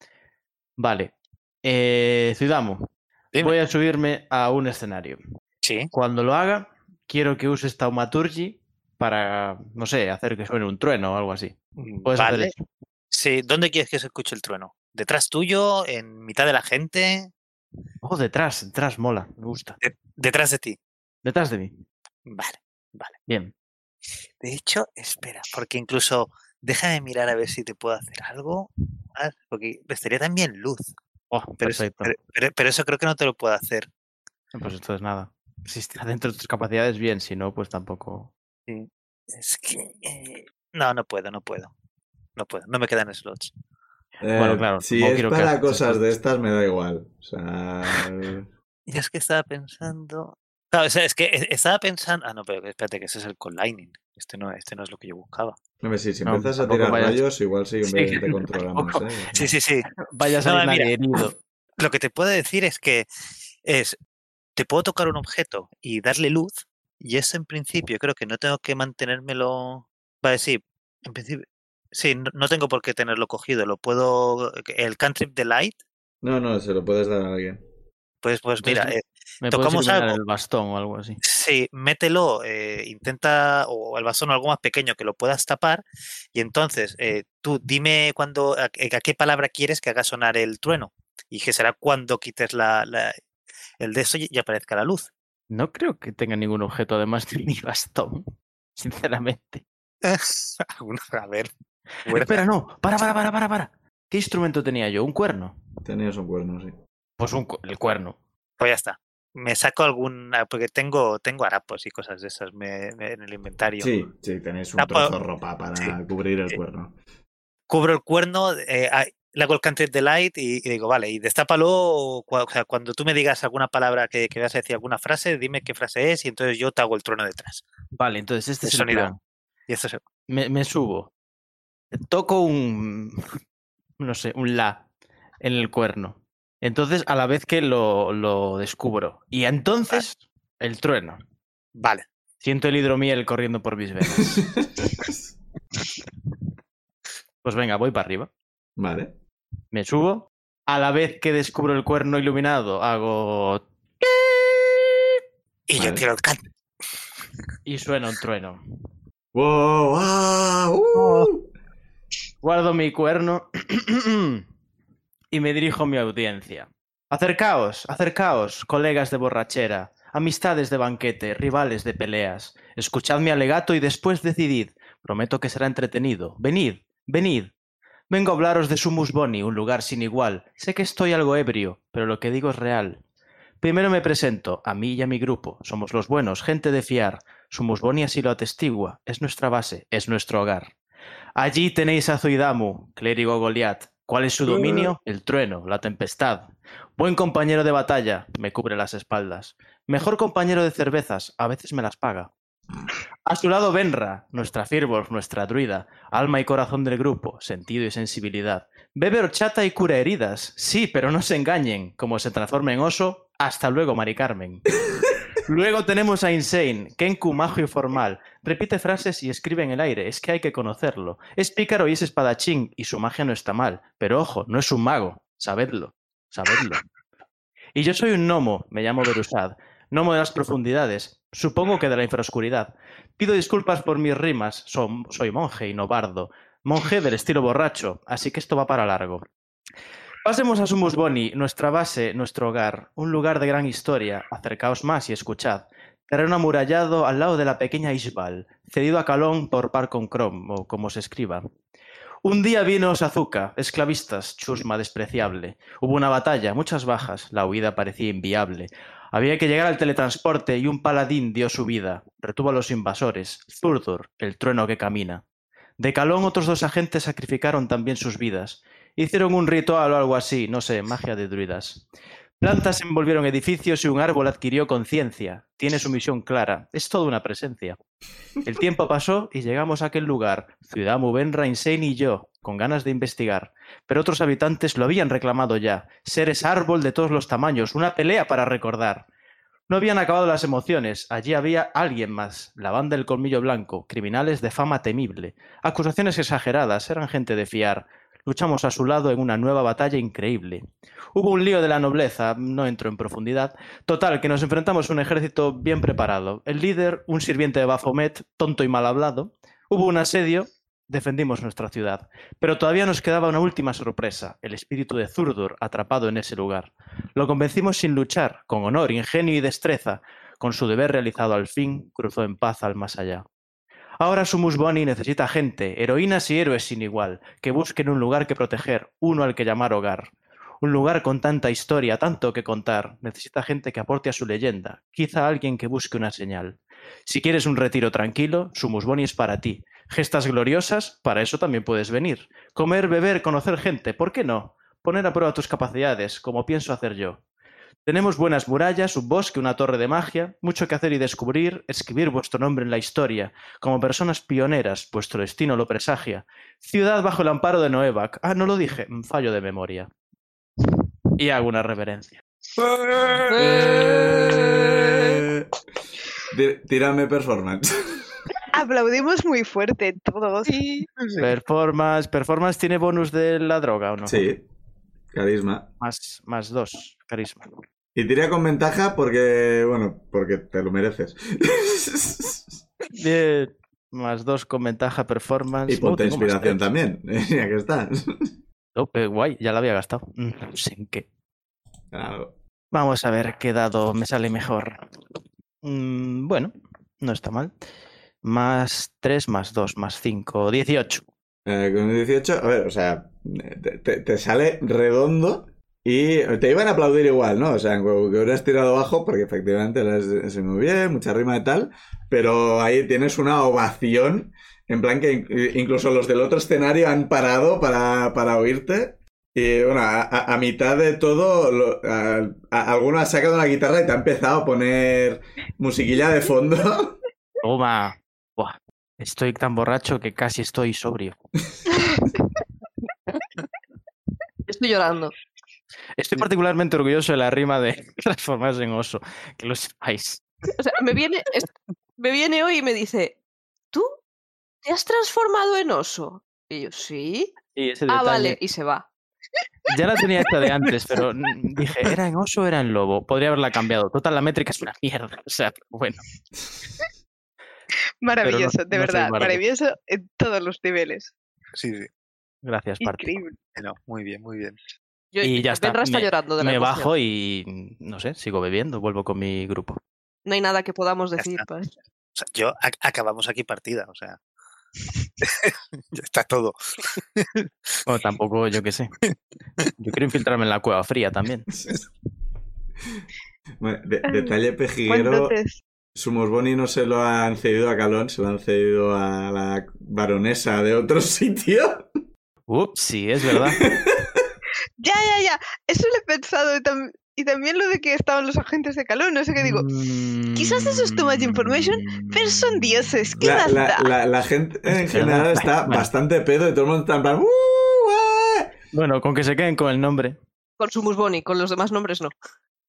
S4: Vale. Eh, Zuidamo,
S2: Dime.
S4: voy a subirme a un escenario.
S2: Sí.
S4: Cuando lo haga, quiero que uses Taumaturgy para, no sé, hacer que suene un trueno o algo así. Puedes hacer
S2: mm, Vale.
S4: pues eso.
S2: Sí, ¿dónde quieres que se escuche el trueno? ¿Detrás tuyo? ¿En mitad de la gente?
S4: Oh, detrás, detrás, mola, me gusta.
S2: ¿Detrás de ti?
S4: Detrás de mí.
S2: Vale.
S4: Bien.
S2: De hecho, espera, porque incluso déjame mirar a ver si te puedo hacer algo. más, Porque estaría también luz.
S4: Oh,
S2: Pero eso,
S4: perfecto.
S2: pero, pero- pero eso creo que no te lo puedo hacer.
S4: Pues entonces nada. Si está dentro de tus capacidades, bien. Si no, pues tampoco.
S2: Es que. eh, no, no puedo, no puedo. No puedo, no me quedan slots.
S4: Bueno, claro,
S1: Si
S4: tampoco
S1: es
S4: quiero que
S1: para
S4: hagas-
S1: cosas de estas, me da igual. O sea.
S2: Y es que estaba pensando. Claro, o sea, es que eh, estaba pensando. Ah, no, pero espérate, que ese es el con Lightning. Este no, este no es lo que yo buscaba.
S1: Hombre, sí, si
S4: No,
S1: empiezas a
S4: tampoco
S1: tirar
S4: vayas-
S1: rayos, igual sí,
S4: Sí,
S1: hombre, te controlamos.
S4: tampoco.
S1: ¿eh?
S2: Sí, sí, sí.
S4: Vaya a
S2: No,
S4: salir
S2: Ah, mira.
S4: nadie herido.
S2: Lo que te puedo decir es que es. Te puedo tocar un objeto y darle luz. Y eso en principio creo que no tengo que mantenérmelo. Vale, sí. En principio. Sí, no, no tengo por qué tenerlo cogido. Lo puedo. El cantrip de light.
S1: No, no, se lo puedes dar a alguien.
S2: Pues, pues mira,
S4: Entonces,
S2: eh,
S4: Me puedes
S2: Tocamos
S4: iluminar
S2: algo.
S4: el bastón o algo así.
S2: Sí, mételo, eh, intenta o el bastón o algo más pequeño que lo puedas tapar y entonces eh, tú dime cuando a, qué- a qué palabra quieres que haga sonar el trueno y que será cuando quites la, la- el de eso y, y aparezca la luz.
S4: No creo que tenga ningún objeto además de mi bastón. Sinceramente.
S2: Alguna- a ver, bueno,
S4: Espera, no. Para, para, para, para, para. ¿Qué instrumento tenía yo? ¿Un cuerno?
S1: Tenías un cuerno, sí.
S4: Pues un, cu- el cuerno.
S2: pues ya está. Me saco alguna, porque tengo, tengo harapos y cosas de esas me- me- en el inventario.
S1: Sí, sí, tenéis un
S2: Tapa-
S1: trozo de ropa para
S2: sí.
S1: cubrir el cuerno.
S2: Cubro el cuerno, eh, ah, le hago el cantrip de light y, y digo, vale, y destápalo. cua- o sea, cuando tú me digas alguna palabra que, que vas a decir, alguna frase, dime qué frase es y entonces yo te hago el trueno detrás.
S4: Vale, entonces este
S2: El
S4: es el
S2: sonido.
S4: plan.
S2: Y eso se-
S4: Me, me subo. Toco un. No sé, un la en el cuerno. Entonces, a la vez que lo, lo descubro. Y entonces, el trueno.
S2: Vale.
S4: Siento el hidromiel corriendo por mis venas. Pues venga, voy para arriba.
S1: vale.
S4: Me subo. A la vez que descubro el cuerno iluminado, hago.
S2: Y yo
S1: Vale.
S2: quiero el cantrip.
S4: Y suena un trueno.
S1: ¡Wow! ¡Ah!
S4: Oh.
S1: ¡Uh!
S4: Guardo mi cuerno y me dirijo a mi audiencia. Acercaos, acercaos, colegas de borrachera, amistades de banquete, rivales de peleas. Escuchad mi alegato y después decidid. Prometo que será entretenido. Venid, venid. Vengo a hablaros de Sumus Boni, un lugar sin igual. Sé que estoy algo ebrio, pero lo que digo es real. Primero me presento, a mí y a mi grupo. Somos los buenos, gente de fiar. Sumus Boni así lo atestigua. Es nuestra base, es nuestro hogar. Allí tenéis a Zuidamu, clérigo Goliat. ¿Cuál es su dominio? El trueno, la tempestad. Buen compañero de batalla, me cubre las espaldas. Mejor compañero de cervezas, a veces me las paga. A su lado Benra, nuestra Firbolg, nuestra druida, alma y corazón del grupo, sentido y sensibilidad. Bebe horchata y cura heridas. Sí, pero no se engañen, como se transforma en oso, hasta luego, Mari Carmen. Luego tenemos a Insane, Kenku majo informal. Repite frases y escribe en el aire, es que hay que conocerlo. Es pícaro y es espadachín, y su magia no está mal. Pero ojo, no es un mago, sabedlo, sabedlo. Y yo soy un gnomo, me llamo Berusad, gnomo de las profundidades, supongo que de la infraoscuridad. Pido disculpas por mis rimas, son- soy monje y no bardo, monje del estilo borracho, así que esto va para largo. Pasemos a Sumus Boni, nuestra base, nuestro hogar, un lugar de gran historia. Acercaos más y escuchad. Terreno amurallado al lado de la pequeña Isbal, cedido a Calón por Parcon Crom, o como se escriba. Un día vino Sazuka, esclavistas, chusma despreciable. Hubo una batalla, muchas bajas, la huida parecía inviable. Había que llegar al teletransporte y un paladín dio su vida. Retuvo a los invasores, Zurdur, el trueno que camina. De Calón otros dos agentes sacrificaron también sus vidas. Hicieron un ritual o algo así, no sé, magia de druidas. Plantas envolvieron edificios y un árbol adquirió conciencia. Tiene su misión clara. Es toda una presencia. El tiempo pasó y llegamos a aquel lugar, Ciudad Mubenra, Insane y yo, con ganas de investigar. Pero otros habitantes lo habían reclamado ya. Seres árbol de todos los tamaños, una pelea para recordar. No habían acabado las emociones. Allí había alguien más, la banda del colmillo blanco, criminales de fama temible. Acusaciones exageradas, eran gente de fiar. Luchamos a su lado en una nueva batalla increíble. Hubo un lío de la nobleza, no entro en profundidad. Total, que nos enfrentamos a un ejército bien preparado. El líder, un sirviente de Baphomet, tonto y mal hablado. Hubo un asedio, defendimos nuestra ciudad. Pero todavía nos quedaba una última sorpresa, el espíritu de Zurdur atrapado en ese lugar. Lo convencimos sin luchar, con honor, ingenio y destreza. Con su deber realizado al fin, cruzó en paz al más allá. Ahora Sumus Boni necesita gente, heroínas y héroes sin igual, que busquen un lugar que proteger, uno al que llamar hogar. Un lugar con tanta historia, tanto que contar. Necesita gente que aporte a su leyenda, quizá alguien que busque una señal. Si quieres un retiro tranquilo, Sumus Boni es para ti. Gestas gloriosas, para eso también puedes venir. Comer, beber, conocer gente, ¿por qué no? Poner a prueba tus capacidades, como pienso hacer yo. Tenemos buenas murallas, un bosque, una torre de magia, mucho que hacer y descubrir, escribir vuestro nombre en la historia, como personas pioneras, vuestro destino lo presagia. Ciudad bajo el amparo de Noevac. Ah, no lo dije, mm, fallo de memoria. Y hago una reverencia.
S1: Eh, Tí- Tírame performance.
S3: Aplaudimos muy fuerte todos.
S4: Performance, performance tiene bonus de la droga o no?
S1: Sí. Carisma.
S4: Más, más dos, carisma.
S1: Y tira con ventaja porque, bueno, porque te lo mereces.
S4: Bien. Más dos con ventaja performance.
S1: y ponte
S4: Oh, tengo más
S1: inspiración
S4: tres.
S1: también. Ya que estás.
S4: Oh, eh, guay, ya la había gastado. Mm, No sé en qué.
S1: Claro.
S4: Vamos a ver qué dado me sale mejor. Mm, bueno, no está mal. Más tres, más dos, más cinco, dieciocho.
S1: Eh, con un 18, a ver, o sea, te, te- te sale redondo y te iban a aplaudir igual, ¿no? O sea, que hubieras tirado bajo porque efectivamente lo has hecho muy bien, mucha rima y tal, pero ahí tienes una ovación, en plan que in- incluso los del otro escenario han parado para, para oírte. Y bueno, a, a- a mitad de todo, lo- a- a- alguno ha sacado la guitarra y te ha empezado a poner musiquilla de fondo.
S4: Toma. Buah, Estoy tan borracho que casi estoy sobrio.
S5: Estoy llorando.
S4: Estoy particularmente orgulloso de la rima de transformarse en oso. Que lo sepáis.
S5: O sea, me viene, es- me viene hoy y me dice, ¿tú te has transformado en oso? Y yo, sí.
S4: Y ese
S5: Ah,
S4: detalle-
S5: vale. Y se va.
S4: Ya la tenía hecha de antes, pero n- dije, ¿era en oso o era en lobo? Podría haberla cambiado. Total, la métrica es una mierda. O sea, pero bueno.
S3: Maravilloso,
S4: no
S3: de
S4: soy
S3: verdad.
S4: bardo.
S3: Maravilloso en todos los niveles.
S2: Sí, sí.
S4: Gracias, parte.
S3: Increíble.
S2: Bueno, muy bien, muy bien.
S5: Yo-
S4: Y ya está,
S5: Benra
S4: me-
S5: llorando de la
S4: Me
S5: emoción.
S4: bajo y, mm, no sé, sigo bebiendo, vuelvo con mi grupo.
S5: No hay nada que podamos
S2: Ya
S5: decir.
S2: está.
S5: parece.
S2: O sea, yo ac- acabamos aquí partida, o sea. ya está todo.
S4: O tampoco, yo qué sé. Yo quiero infiltrarme en la cueva fría también.
S1: Bueno, de- detalle pejiguero.
S3: Cuéntanos.
S1: Sumos Boni no se lo han cedido a Calón, se lo han cedido a la baronesa de otro sitio.
S4: Ups, sí, es verdad.
S3: Ya, ya, ya. Eso lo he pensado. Y, tam- y también lo de que estaban los agentes de calor. No sé qué
S1: Mm.
S3: digo. quizás eso es too much information, Pero son
S4: Mm.
S3: dioses. ¿Qué
S1: La,
S3: más
S1: la-
S3: da?
S1: la- la gente en
S4: Es verdad.
S1: general está
S4: Bueno.
S1: bastante pedo y todo el mundo está en plan. "Uh, eh".
S4: Bueno, con que se queden con el nombre.
S5: Con Sumus Boni, con los demás nombres no.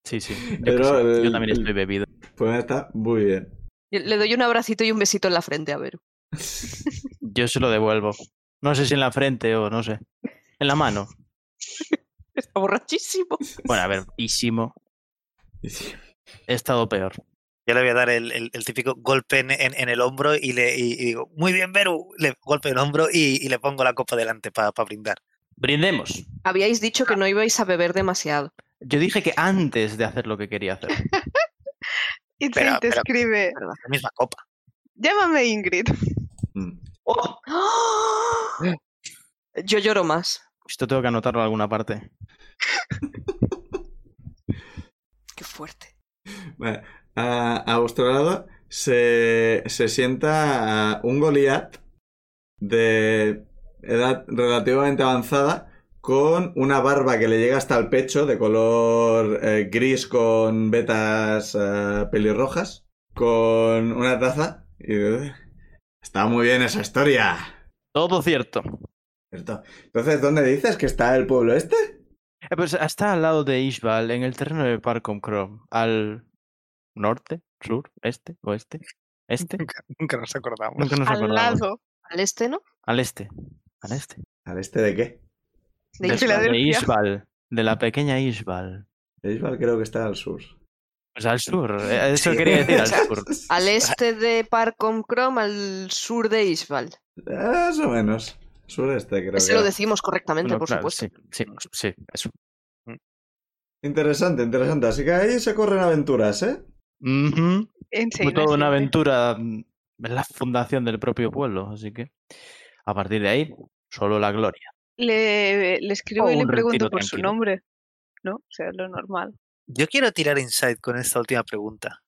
S4: Sí, sí. Yo,
S1: Pero
S4: qué sé,
S1: el-
S4: yo también estoy bebido.
S1: Pues está muy bien.
S5: Yo Le doy un abracito y un besito en la frente a Vero.
S4: Yo se lo devuelvo. No sé si en la frente o no sé. En la mano.
S5: Está borrachísimo.
S4: Bueno, a ver, ísimo. He estado peor.
S2: Yo le voy a dar el, el- el típico golpe en, en- en el hombro y le y- y digo, muy bien, Beru, le golpe en el hombro y, y le pongo la copa delante para brindar.
S4: Brindemos.
S5: Habíais dicho
S4: Ah.
S5: que no ibais a beber demasiado.
S4: Yo dije que antes de hacer lo que quería hacer.
S3: Itzel
S2: Pero-
S3: te
S2: pero-
S3: escribe,
S2: La misma copa.
S3: llámame Ingrid.
S1: Mm.
S5: ¡Ah! Yo lloro más.
S4: Esto tengo que anotarlo en alguna parte.
S5: Qué fuerte.
S1: Vale. A, a vuestro lado se, se sienta un Goliath de edad relativamente avanzada con una barba que le llega hasta el pecho de color eh, gris con vetas eh, pelirrojas con una taza y eh, está muy bien esa historia
S4: Todo cierto.
S1: Cierto. entonces ¿dónde dices que está el pueblo este?
S4: Eh, Pues está al lado de Ishbal, en el terreno de Parcom Crow. Al norte, sur, este, oeste. Este.
S2: Nunca nos acordamos.
S4: Nunca nos
S3: Al
S4: acordamos.
S3: lado.
S5: Al este, ¿no?
S4: Al este. Al este.
S1: ¿al este de qué?
S5: De
S4: Del-
S5: Isla.
S4: de
S3: Filadelfia.
S4: Ishbal. De la pequeña Ishbal.
S1: Eisbal creo que está al sur
S4: Pues al sur. eh, Eso
S2: Sí.
S4: quería decir al sur.
S5: Al
S4: Pues, ah
S5: este de Parcom Chrome, al sur de Isval.
S1: Más o menos. Sureste, creo
S5: Ese
S1: que
S5: lo
S1: era.
S5: decimos correctamente,
S4: Bueno,
S5: por
S4: claro,
S5: supuesto.
S4: Sí, sí, sí, eso.
S1: Interesante, interesante. Así que ahí se corren aventuras, ¿eh?
S4: Ujú.
S3: Insane,
S4: Fue toda
S3: insane.
S4: una aventura mm, en la fundación del propio pueblo, así que a partir de ahí, solo la gloria.
S3: Le, le escribo
S4: O
S3: y le
S4: un
S3: pregunto
S4: retiro
S3: por su
S4: tranquilo.
S3: nombre. ¿No? O sea, lo normal.
S2: Yo quiero tirar insight con esta última pregunta.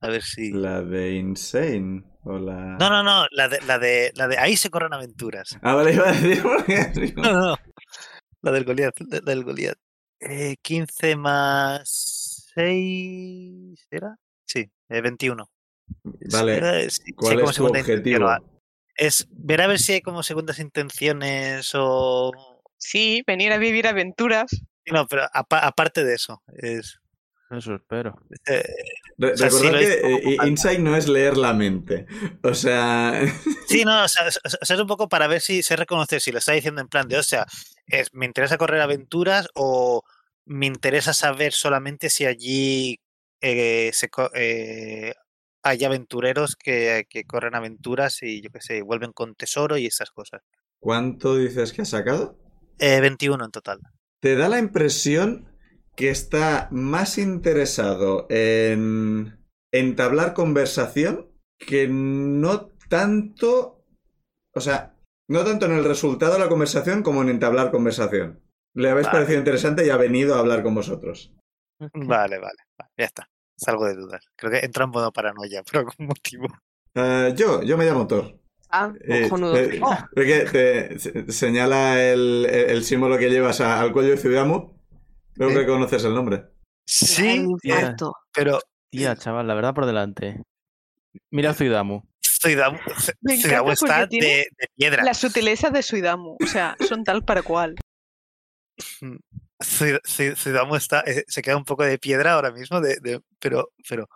S2: A ver si.
S1: La de Insane. O la...
S2: No, no, no, la de, la de, la de ahí se corren aventuras.
S1: Ah, vale, iba a decir porque...
S2: No, no, no. La del Goliath, la del Goliath. Eh, 15 más 6, ¿era? Sí, eh, 21.
S1: Vale,
S2: Eh, sí, sí,
S1: ¿cuál
S2: como
S1: es tu
S2: segunda intención,
S1: objetivo?
S2: ¿no? Es ver a ver si hay como segundas intenciones o...
S3: Sí, venir a vivir aventuras.
S2: No, pero apa- aparte de eso, es...
S4: Eso espero.
S2: eh,
S1: Re-
S2: o sea, sí,
S1: recordad
S2: lo hice
S1: que
S2: como
S1: eh,
S2: para-
S1: Insight no es leer la mente. O sea,
S2: Sí, no, o sea, es- o sea, es un poco para ver si se reconoce, si lo está diciendo en plan de, o sea, es, me interesa correr aventuras o me interesa saber solamente si allí eh, se co- eh, hay aventureros que, que corren aventuras y yo qué sé, vuelven con tesoro y esas cosas.
S1: ¿cuánto dices que has sacado?
S2: Eh, 21 en total.
S1: Te da la impresión que está más interesado en entablar conversación que no tanto, o sea, no tanto en el resultado de la conversación como en entablar conversación. Le habéis
S2: Vale.
S1: parecido interesante y ha venido a hablar con vosotros.
S2: Vale, vale, vale, ya está. Salgo de dudas. Creo que entra en modo paranoia por algún motivo.
S1: Eh, yo, yo me llamo Thor.
S5: Ah,
S1: Eh,
S5: cojonudo.
S1: eh,
S2: Oh,
S1: porque te se- señala el, el- el símbolo que llevas a- al cuello de Ciudadamo. Creo que
S2: Sí.
S1: reconoces el nombre.
S2: Sí, eh,
S5: Harto.
S2: pero
S4: Tía, chaval, la verdad por delante. Mira Zuidamu.
S2: Zuidamu
S3: Me encanta
S2: Zuidamu
S3: porque
S2: está
S3: tiene
S2: de, de piedra.
S3: La sutileza de Suidamu. O sea, son tal para cual.
S2: Zid- Zid- Zidamo está, eh, se queda un poco de piedra ahora mismo, de, de- pero, pero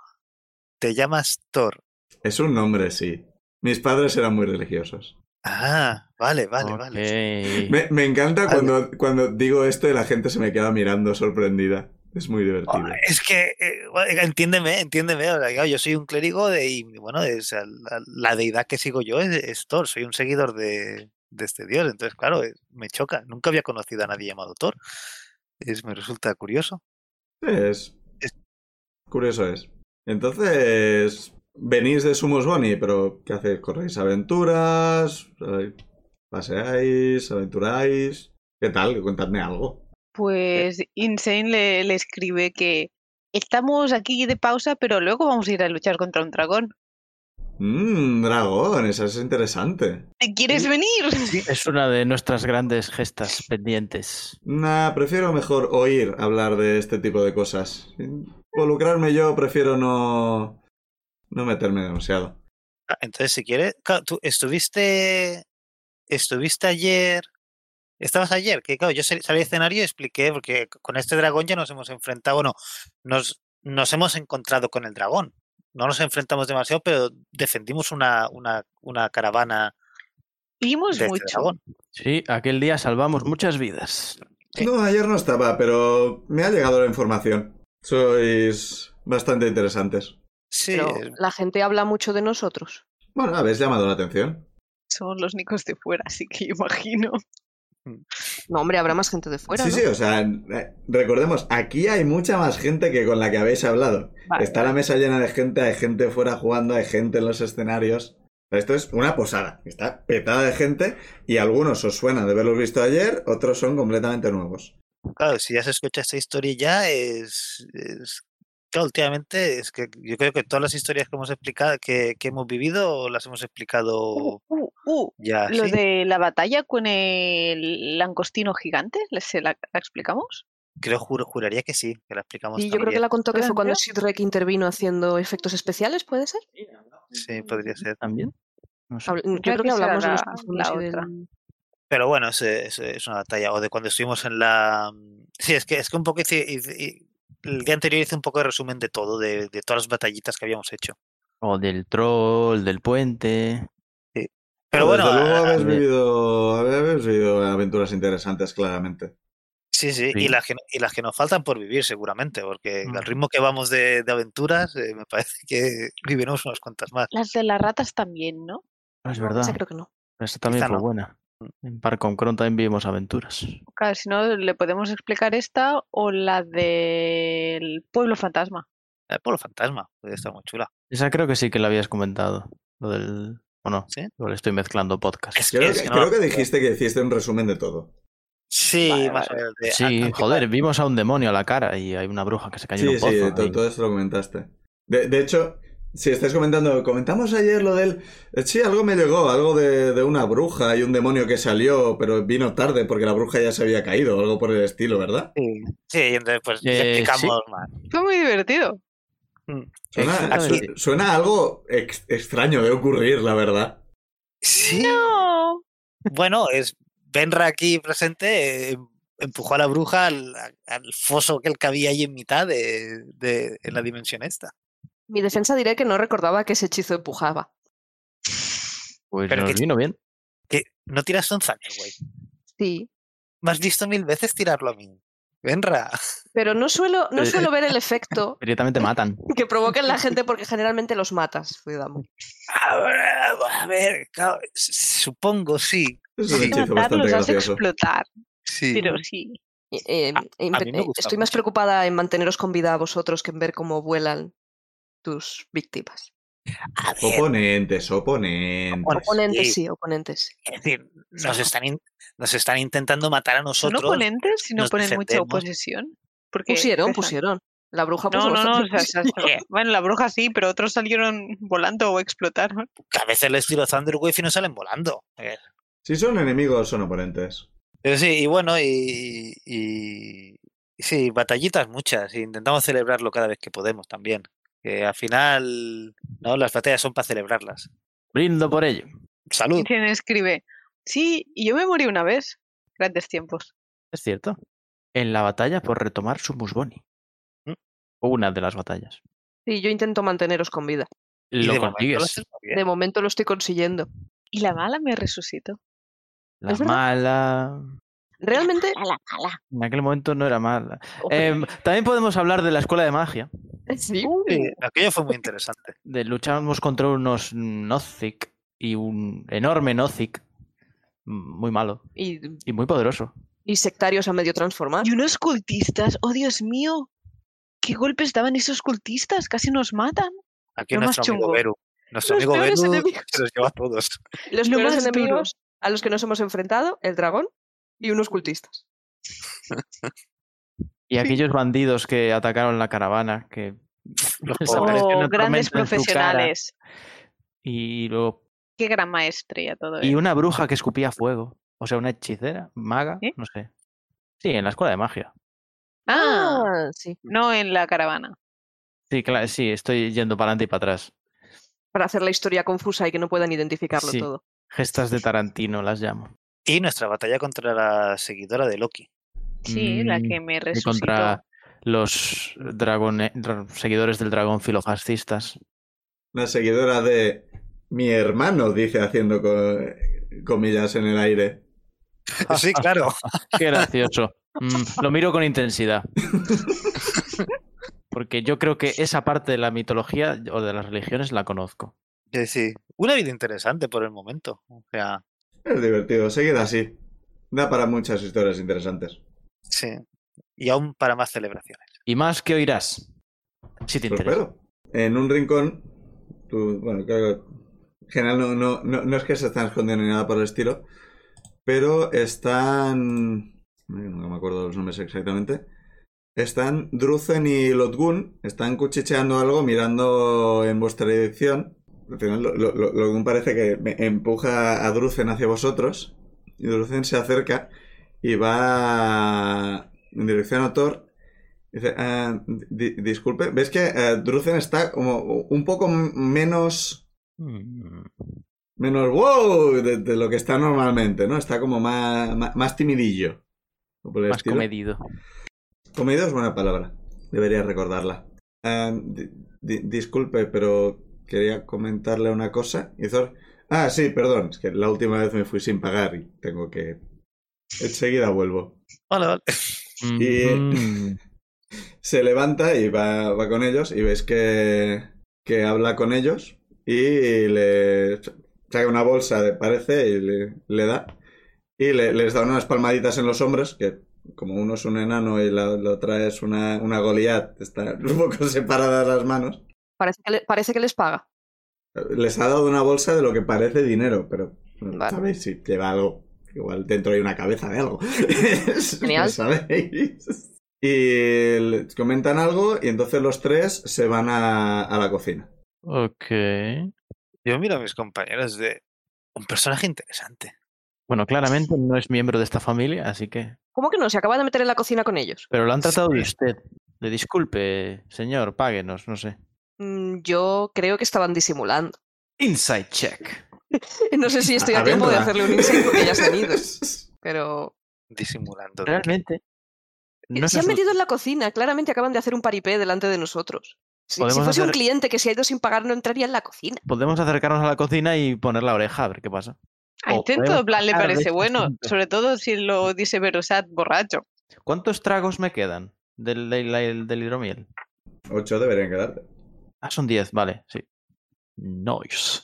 S2: te llamas Thor.
S1: Es un nombre, sí. Mis padres eran muy religiosos.
S2: Ah, vale, vale, vale.
S4: Ok.
S1: Me, me encanta
S2: Vale.
S1: cuando, cuando digo esto y la gente se me queda mirando sorprendida. Es muy divertido.
S2: Ah, Es que, eh, bueno, entiéndeme, entiéndeme. o sea, claro, yo soy un clérigo de, y bueno, es, la, la deidad que sigo yo es, es Thor, soy un seguidor de, de este dios. Entonces, claro, eh, me choca. Nunca había conocido a nadie llamado Thor. Es, me resulta curioso.
S1: Es.
S2: Es-
S1: Curioso es. Entonces, venís de Sumus Boni, pero ¿qué hacéis? ¿Corréis aventuras? Eh, ¿Paseáis? ¿Aventuráis? ¿Qué tal? Contadme algo.
S3: Pues Insane le, le escribe que estamos aquí de pausa, pero luego vamos a ir a luchar contra un dragón.
S1: Mmm, dragón, eso es interesante.
S3: ¿Te quieres venir?
S4: Es una de nuestras grandes gestas pendientes.
S1: Nah, prefiero mejor oír hablar de este tipo de cosas. Involucrarme yo prefiero no. no meterme demasiado.
S2: Ah, Entonces, si quieres, claro, tú estuviste, estuviste ayer Estabas ayer, que claro, yo sal- salí al escenario y expliqué, porque con este dragón ya nos hemos enfrentado, bueno, nos, nos hemos encontrado con el dragón. No nos enfrentamos demasiado, pero defendimos una, una, una caravana
S3: Vimos
S2: de este
S3: Pues mucho.
S2: dragón.
S4: Sí, aquel día salvamos muchas vidas.
S2: Sí.
S1: No, ayer no estaba, pero me ha llegado la información. Sois bastante interesantes.
S2: Sí,
S5: Pero
S2: es-
S5: la gente habla mucho de nosotros.
S1: Bueno, habéis llamado la atención.
S3: Somos los nicos de fuera, así que yo imagino.
S5: No, hombre, habrá más gente de fuera.
S1: sí,
S5: ¿no?
S1: sí, o sea, eh, recordemos, aquí hay mucha más gente que con la que habéis hablado.
S3: Vale,
S1: Está la mesa llena de gente, hay gente fuera jugando, hay gente en los escenarios. Esto es una posada, está petada de gente y algunos os suenan de haberlos visto ayer, otros son completamente nuevos.
S2: Claro, si ya se escucha esta historia ya es, es- claro, últimamente es que yo creo que todas las historias que hemos explicado, que, que hemos vivido, las hemos
S3: Uh,
S2: explicado
S3: uh, uh.
S2: ya.
S3: Lo
S2: Ah, ¿sí?
S3: de la batalla con el langostino gigante, ¿le- ¿se la, la explicamos?
S2: Creo, juro, juraría que sí, que la explicamos
S5: Y yo creo que
S2: también.
S5: la contó que
S3: ¿Pero
S5: fue
S3: en
S5: cuando
S3: serio?
S5: Sidrek intervino haciendo efectos especiales, ¿puede ser?
S2: Sí, podría ser.
S4: ¿También? No sé.
S5: Habl-
S3: Creo
S5: Yo creo
S3: que
S5: que
S3: será
S5: hablamos de los
S3: la-
S5: perfumes
S3: la
S5: y del-
S3: otra.
S2: Pero bueno, es, eh, es, eh, es una batalla. O de cuando estuvimos en la... mm, Sí, es que, es que un poco hice... hice- y- el día anterior hice un poco de resumen de todo, de, de todas las batallitas que habíamos hecho.
S4: O del troll, del puente.
S2: Pero bueno, eh,
S1: desde luego
S2: a-
S1: habéis
S4: a ver.
S1: vivido, habéis vivido aventuras interesantes, claramente.
S2: Sí, sí,
S4: Sí.
S2: Y, las que, no- y las que nos faltan por vivir seguramente, porque al
S4: Ujú.
S2: ritmo que vamos de, de aventuras, eh, me parece que viviremos unas cuantas más.
S3: Las de las ratas también, ¿no?
S4: No, Ah, es
S5: No,
S4: verdad.
S5: esa creo que no.
S4: Esa también
S2: Quizá
S4: fue
S2: no. Mm.
S4: buena. En par con Cron también vivimos aventuras.
S3: Claro, si no, le podemos explicar esta o la del pueblo fantasma.
S2: El pueblo Eh, fantasma, puede estar muy chula.
S4: Esa creo que sí que la habías comentado. Lo del. ¿O no?
S2: ¿Sí?
S4: Igual estoy mezclando podcast.
S2: Es
S1: Creo,
S2: es
S1: que,
S2: no
S1: creo
S2: me
S1: que
S2: acuerdo.
S1: dijiste que hiciste un resumen de todo.
S2: Sí,
S3: Vale,
S2: más
S3: vale.
S2: o menos. de-
S4: Sí,
S2: aunque
S4: joder, vimos a un demonio a la cara y hay una bruja que se cayó en
S1: Sí,
S4: un
S1: sí,
S4: pozo.
S1: to-
S4: ahí.
S1: todo, esto lo comentaste. De, de hecho, si estáis comentando, comentamos ayer lo del... eh, Sí, algo me llegó, algo de, de una bruja y un demonio que salió, pero vino tarde porque la bruja ya se había caído, algo por el estilo, ¿verdad?
S2: Sí, sí, y entonces pues ya
S4: Eh, sí.
S2: explicamos más.
S3: Fue muy divertido.
S1: Suena, su-
S4: Exactamente.
S1: suena algo ex- extraño de ocurrir, la verdad.
S2: Sí,
S3: No.
S2: bueno, es Benra aquí presente eh, empujó a la bruja al, a- al foso que él cabía ahí en mitad de, de- en la dimensión esta.
S5: Mi defensa diré que no recordaba que ese hechizo empujaba.
S4: Pues
S2: Pero
S4: nos
S2: que-
S4: vino bien.
S2: Que no tiras un zander, güey.
S5: Sí.
S2: Me has visto mil veces tirarlo a mí. Benra.
S5: Pero no suelo, no
S4: Eh,
S5: suelo ver el efecto
S4: Directamente matan.
S5: que provoca en la gente porque generalmente los matas,
S2: Mm.
S5: Zuidamu.
S2: A ver, a ver, claro, s- supongo sí.
S1: Es un
S2: Sí.
S1: hechizo bastante
S3: Matarlos, has
S1: gracioso.
S3: explotar,
S2: Sí.
S3: pero sí.
S5: Eh, eh,
S2: A-
S5: em-
S2: a mí me
S5: eh,
S2: gusta
S5: estoy más
S2: mucho.
S5: preocupada en manteneros con vida a vosotros que en ver cómo vuelan tus víctimas.
S2: A ver,
S1: Oponentes, oponentes.
S2: Bueno,
S5: Oponentes,
S2: sí.
S5: sí, oponentes.
S2: es decir, nos están, in- nos están intentando matar a
S3: ¿Son
S2: nosotros.
S3: oponentes si no
S2: nos
S3: ponen mucha
S2: defendemos.
S3: oposición? Porque
S5: Pusieron,
S3: dejan-
S5: pusieron. La bruja puso
S3: Eh, No, no, no. o sea,
S5: bastante-
S3: se has- bueno, la bruja sí, pero otros salieron volando o explotaron.
S2: que a veces les tiro Thunderwave y no salen volando. Eh,
S1: Si son enemigos, son oponentes.
S2: Pero Eh, sí, y bueno, y, y- y sí, batallitas muchas. y intentamos celebrarlo cada vez que podemos también. Que al final, no, las batallas son para celebrarlas.
S4: Brindo por ello.
S2: Salud.
S3: ¿Quién escribe? Sí, y yo me morí una vez. Grandes tiempos.
S4: Es cierto. En la batalla por retomar su Musboni.
S2: ¿Mm?
S4: O una de las batallas.
S5: Sí, yo intento manteneros con vida.
S2: Y
S4: Lo
S2: de momento lo
S4: consigues.
S2: haces muy bien.
S5: De momento lo estoy consiguiendo.
S3: Y la mala me resucitó.
S4: La
S5: ¿Es verdad?
S4: mala.
S5: Realmente,
S3: La mala.
S4: En aquel momento no era mala.
S5: Hombre.
S4: Em, también podemos hablar de la escuela de magia.
S3: Ah,
S5: sí,
S2: Sí, aquello fue muy interesante.
S4: de luchábamos contra unos Nozick y un enorme Nozick mm, muy malo
S5: y,
S4: y muy poderoso.
S5: y sectarios a medio transformar.
S3: Y unos cultistas. ¡Oh, Dios mío! ¿Qué golpes daban esos cultistas? Casi nos matan.
S2: Aquí
S3: Lo más
S2: nuestro amigo
S3: chungo.
S2: Beru. Nuestro
S5: Los
S2: amigo
S5: peores
S2: Beru
S5: enemigos.
S2: se los lleva a todos.
S5: Los
S3: Lo
S5: peores
S3: más duro.
S5: enemigos a los que nos hemos enfrentado, el dragón y unos cultistas.
S4: Y aquellos bandidos que atacaron la caravana, que
S2: Los
S4: les
S2: pobres.
S4: apareció
S3: Oh,
S4: una
S3: grandes
S4: tormenta en su cara,
S3: profesionales.
S4: y, luego-
S3: Qué gran maestría todo
S4: y
S3: eso.
S4: una bruja que escupía fuego. O sea, una hechicera, maga,
S3: ¿Sí?
S4: no sé. Sí, en la escuela de magia.
S3: Ah,
S5: sí.
S4: Mm.
S3: no en la caravana.
S4: Sí, claro, sí, estoy yendo para adelante y para atrás.
S5: Para hacer la historia confusa y que no puedan identificarlo
S4: Sí.
S5: todo.
S4: Gestas de Tarantino las llamo.
S2: Y nuestra batalla contra la seguidora de Loki.
S3: Sí, la
S4: Mm,
S3: que me
S4: Y
S3: resucitó.
S4: contra los dragone- dra- seguidores del dragón filofascistas.
S1: Una seguidora de mi hermano, dice haciendo co- comillas en el aire.
S2: Sí, claro.
S4: Qué gracioso. Mm, lo miro con intensidad. Porque yo creo que esa parte de la mitología o de las religiones la conozco.
S2: Sí, sí. Una vida interesante por el momento. O sea,
S1: Es divertido, seguid así. Da para muchas historias interesantes.
S2: sí. Y aún para más celebraciones.
S4: Y más que oirás. Si te
S1: Lo
S4: interesa.
S1: espero. En un rincón, tú, bueno, claro, en general no, no, no, no es que se están escondiendo ni nada por el estilo, pero están... No me acuerdo los nombres exactamente. Están Druzen y Lotgun, están cuchicheando algo, mirando en vuestra dirección. Al final, lo- lo- lo- Lotgun parece que me empuja a Druzen hacia vosotros. Y Druzen se acerca y va en dirección a Thor. Dice, "Ah, di- disculpe, ¿ves que eh, Druzen está como un poco m- menos...
S4: Mm.
S1: Menos wow de, de lo que está normalmente, ¿no? Está como más, más, más timidillo. Por el
S4: Más
S1: estilo.
S4: comedido.
S1: Comedido es buena palabra. Debería recordarla. Ah, di- di- disculpe, pero quería comentarle una cosa. Y Thor, Ah, sí, perdón. Es que la última vez me fui sin pagar y tengo que... Enseguida vuelvo.
S2: Vale, vale.
S1: Y-
S4: Mm.
S1: se levanta y va, va con ellos y ves que, que habla con ellos y le saca una bolsa, de- parece, y le, le da. Y le- les da unas palmaditas en los hombros, que como uno es un enano y la, la otra es una, una Goliat, están un poco separadas las manos.
S5: Parece que, le- parece que les paga.
S1: Les ha dado una bolsa de lo que parece dinero, pero no
S5: Vale.
S1: sabéis si lleva algo. Igual dentro hay una cabeza de algo.
S5: Genial.
S1: No sabéis. Y les comentan algo y entonces los tres se van a, a la cocina.
S4: Ok.
S2: Yo miro a mis compañeros de un personaje interesante.
S4: Bueno, claramente no es miembro de esta familia, así que.
S5: ¿Cómo que no? Se acaba de meter en la cocina con ellos.
S4: Pero lo han tratado de
S2: Sí.
S4: usted. Le disculpe, señor, páguenos, no sé.
S5: Mm, Yo creo que estaban disimulando.
S4: Inside check.
S5: No sé si estoy a,
S1: A- a
S5: tiempo de
S1: verla.
S5: hacerle un insight porque ya se han ido, pero...
S2: Disimulando. de que-
S4: Realmente. no
S5: Eh, se han
S4: nos-
S5: metido en la cocina, claramente acaban de hacer un paripé delante de nosotros. Si, si
S4: Podemos
S5: fuese un
S4: hacer-
S5: cliente que se ha ido sin pagar no entraría en la cocina.
S4: Podemos acercarnos a la cocina y poner la oreja a ver qué pasa.
S3: A
S4: O
S3: intento,
S4: podemos
S3: en plan, le
S4: pasar de
S3: parece
S4: este
S3: bueno,
S4: asunto.
S3: sobre todo si lo dice Verusat borracho.
S4: ¿Cuántos tragos me quedan del, del- del- del hidromiel?
S1: Ocho deberían quedarte.
S4: Ah, son 10, vale, sí. Nice.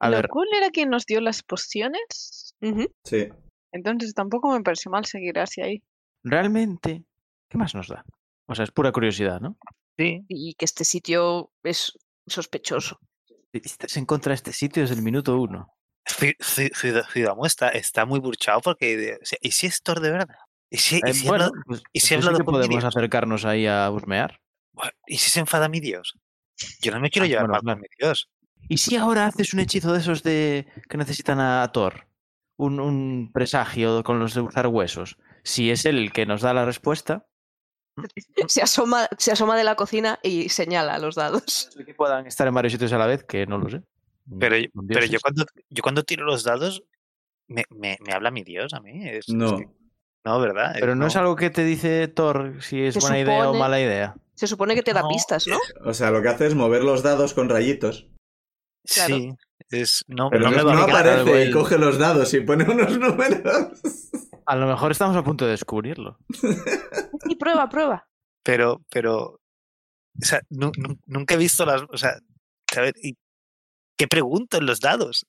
S4: A
S3: ¿Lo
S4: ver,
S3: cool era quien nos dio las pociones?
S5: Ujú.
S1: Sí.
S3: Entonces tampoco me pareció mal seguir hacia ahí.
S4: realmente, ¿qué más nos da? O sea, es pura curiosidad, ¿no?
S2: Sí.
S5: Y que este sitio es sospechoso.
S4: Estás en contra de este sitio desde el minuto uno.
S2: Ci- ci- Ciudad, Ciudad Muestra está muy burchado porque. de- o sea, ¿Y si es Thor de verdad? ¿Y si, y
S4: Eh,
S2: si
S4: bueno,
S2: habla-
S4: pues,
S2: y si
S4: pues
S2: habla
S4: sí
S2: de
S4: que podemos
S2: Pompidou.
S4: acercarnos ahí a husmear.
S2: Bueno, ¿y si se enfada mi Dios? Yo no me quiero
S4: Ah,
S2: llevar
S4: bueno,
S2: mal
S4: claro.
S2: con mi Dios.
S4: ¿Y si ahora haces un hechizo de esos de que necesitan a Thor? Un, un presagio con los de usar huesos. Si es él el que nos da la respuesta,
S5: Se asoma, se asoma de la cocina y señala los dados.
S4: pues, que puedan estar en varios sitios a la vez, que no lo sé.
S2: Pero, yo-
S4: Son
S2: pero yo,
S4: Mm, dioses.
S2: cuando, yo cuando tiro los dados, me, me- me habla mi Dios a mí. es- es
S1: No.
S2: que- no, ¿verdad? Eh,
S4: Mm. Pero no es algo que te dice Thor si es
S5: Se
S4: buena idea o
S5: supone-
S4: mala idea.
S5: Se supone que te da
S2: No,
S5: pistas, ¿no?
S1: O sea, lo que hace es mover los dados con rayitos.
S3: claro.
S2: Sí. Es, no,
S1: Pero
S2: no
S1: no,
S2: me
S1: no
S2: va a obligar.
S4: aparece algo
S1: aparece y
S4: el-
S1: coge los dados y pone unos números.
S4: A lo mejor estamos a punto de descubrirlo.
S5: Sí, prueba, prueba.
S2: pero, pero, o sea, nu- nu- nunca he visto las, o sea, ¿sabes? ¿Y ¿Qué pregunto en los dados?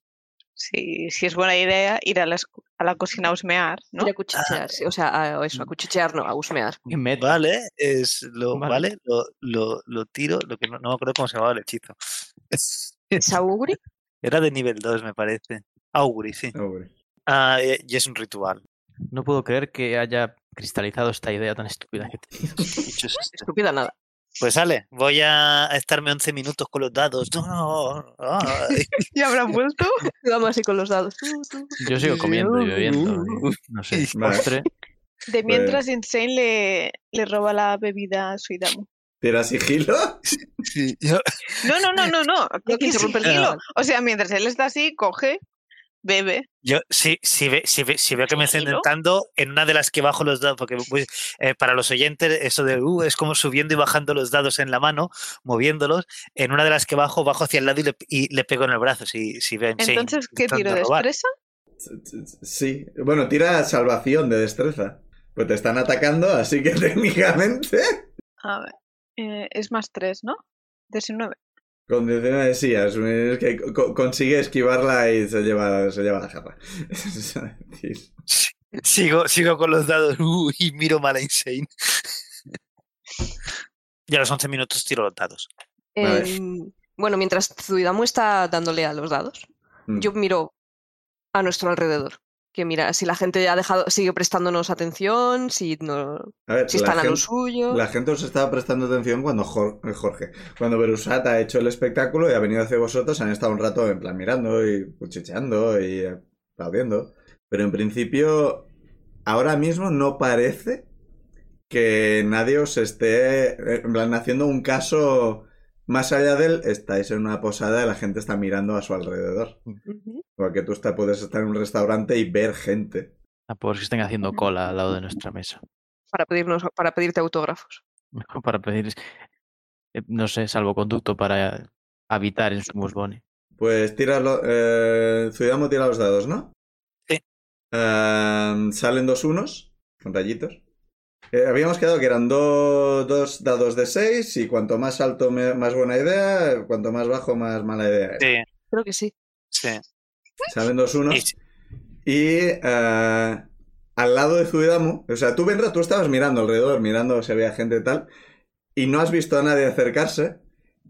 S3: Si, si es buena idea ir a la, escu- a la cocina a husmear, ¿no?
S5: Ir a cuchichear, sí, o sea, a, o eso, a cuchichear, no, a husmear.
S4: Qué meta.
S2: Vale, es lo,
S4: Vale.
S2: vale, lo, lo, lo tiro, lo que no, no me acuerdo cómo se llamaba el hechizo. Es-
S5: Saugri,
S2: Era de nivel 2, me parece. Auguri, sí.
S1: Hombre.
S2: Ah, eh, y es un ritual.
S4: No puedo creer que haya cristalizado esta idea tan estúpida que te
S2: Dicho es esto.
S5: estúpida nada.
S2: Pues sale, voy a estarme 11 minutos con los dados. No, ay.
S3: ¿Y habrán vuelto?
S5: Vamos así con los dados. Tú, tú.
S4: Yo sigo
S2: Sí,
S4: comiendo y
S2: no,
S4: bebiendo.
S2: no.
S4: y, no sé,
S1: Vale.
S4: postre.
S3: De
S1: Bueno.
S3: mientras Insane le, le roba la bebida a Suidamu.
S1: ¿Tira sigilo?
S2: Sí, yo-
S3: No, no, no, no, no.
S5: No
S3: que
S5: interrumpe el
S3: sigilo.
S5: diálogo.
S3: O sea, mientras él está así, coge bebe.
S2: Yo, si, si, ve- si, ve- si veo que me estoy
S3: Tranquilo.
S2: intentando, en una de las que bajo los dados, porque voy- eh, para los oyentes eso de uh, es como subiendo y bajando los dados en la mano, moviéndolos, en una de las que bajo, bajo hacia el lado y le, y le pego en el brazo, si, si ven. sí,
S3: Entonces, ¿qué
S2: intentando
S3: tiro?
S2: robar.
S3: ¿Destreza?
S1: Sí. Bueno, tira salvación de destreza. Pues te están atacando, así que técnicamente.
S3: A ver. eh, es más 3, ¿no? 19.
S1: Con decena de sillas. Es que co- consigue esquivarla y se lleva, se lleva la jarra. Es decir,
S2: Sigo, sigo con los dados uh, y miro mal a Insane. Y a los 11 minutos tiro los dados.
S1: Vale.
S5: Em, bueno, mientras Zuidamu está dándole a los dados,
S1: mm.
S5: yo miro a nuestro alrededor. Que mira, si la gente ha dejado, sigue prestándonos atención, si, no,
S1: A ver,
S5: si
S1: la
S5: están a lo
S1: gen-
S5: suyo.
S1: La gente os estaba prestando atención cuando Jor- eh, Jorge, cuando Berusat ha hecho el espectáculo y ha venido hacia vosotros, han estado un rato en plan mirando y cuchicheando y eh, aplaudiendo. Pero en principio, ahora mismo no parece que nadie os esté eh, en plan haciendo un caso más allá del estáis en una posada y la gente está mirando a su alrededor.
S5: Ujú.
S1: Porque tú está- puedes estar en un restaurante y ver gente.
S4: A por que estén haciendo cola al lado de nuestra mesa.
S5: Para, pedirnos, para pedirte autógrafos.
S4: Para pedir, eh, no sé, salvoconducto para habitar en su musbone.
S1: Pues tira lo- eh, Zuidamo tira los dados, ¿no?
S2: Sí.
S1: Ehm, salen dos unos con rayitos. Eh, habíamos quedado que eran do- dos dados de seis y cuanto más alto me- más buena idea, cuanto más bajo más mala idea. era.
S2: Sí,
S5: Creo que sí.
S2: sí.
S1: Salen dos unos.
S2: Y-
S1: Y eh, al lado de Zuidamo, o sea, tú Benra, tú estabas mirando alrededor, mirando si había gente y tal, y no has visto a nadie acercarse.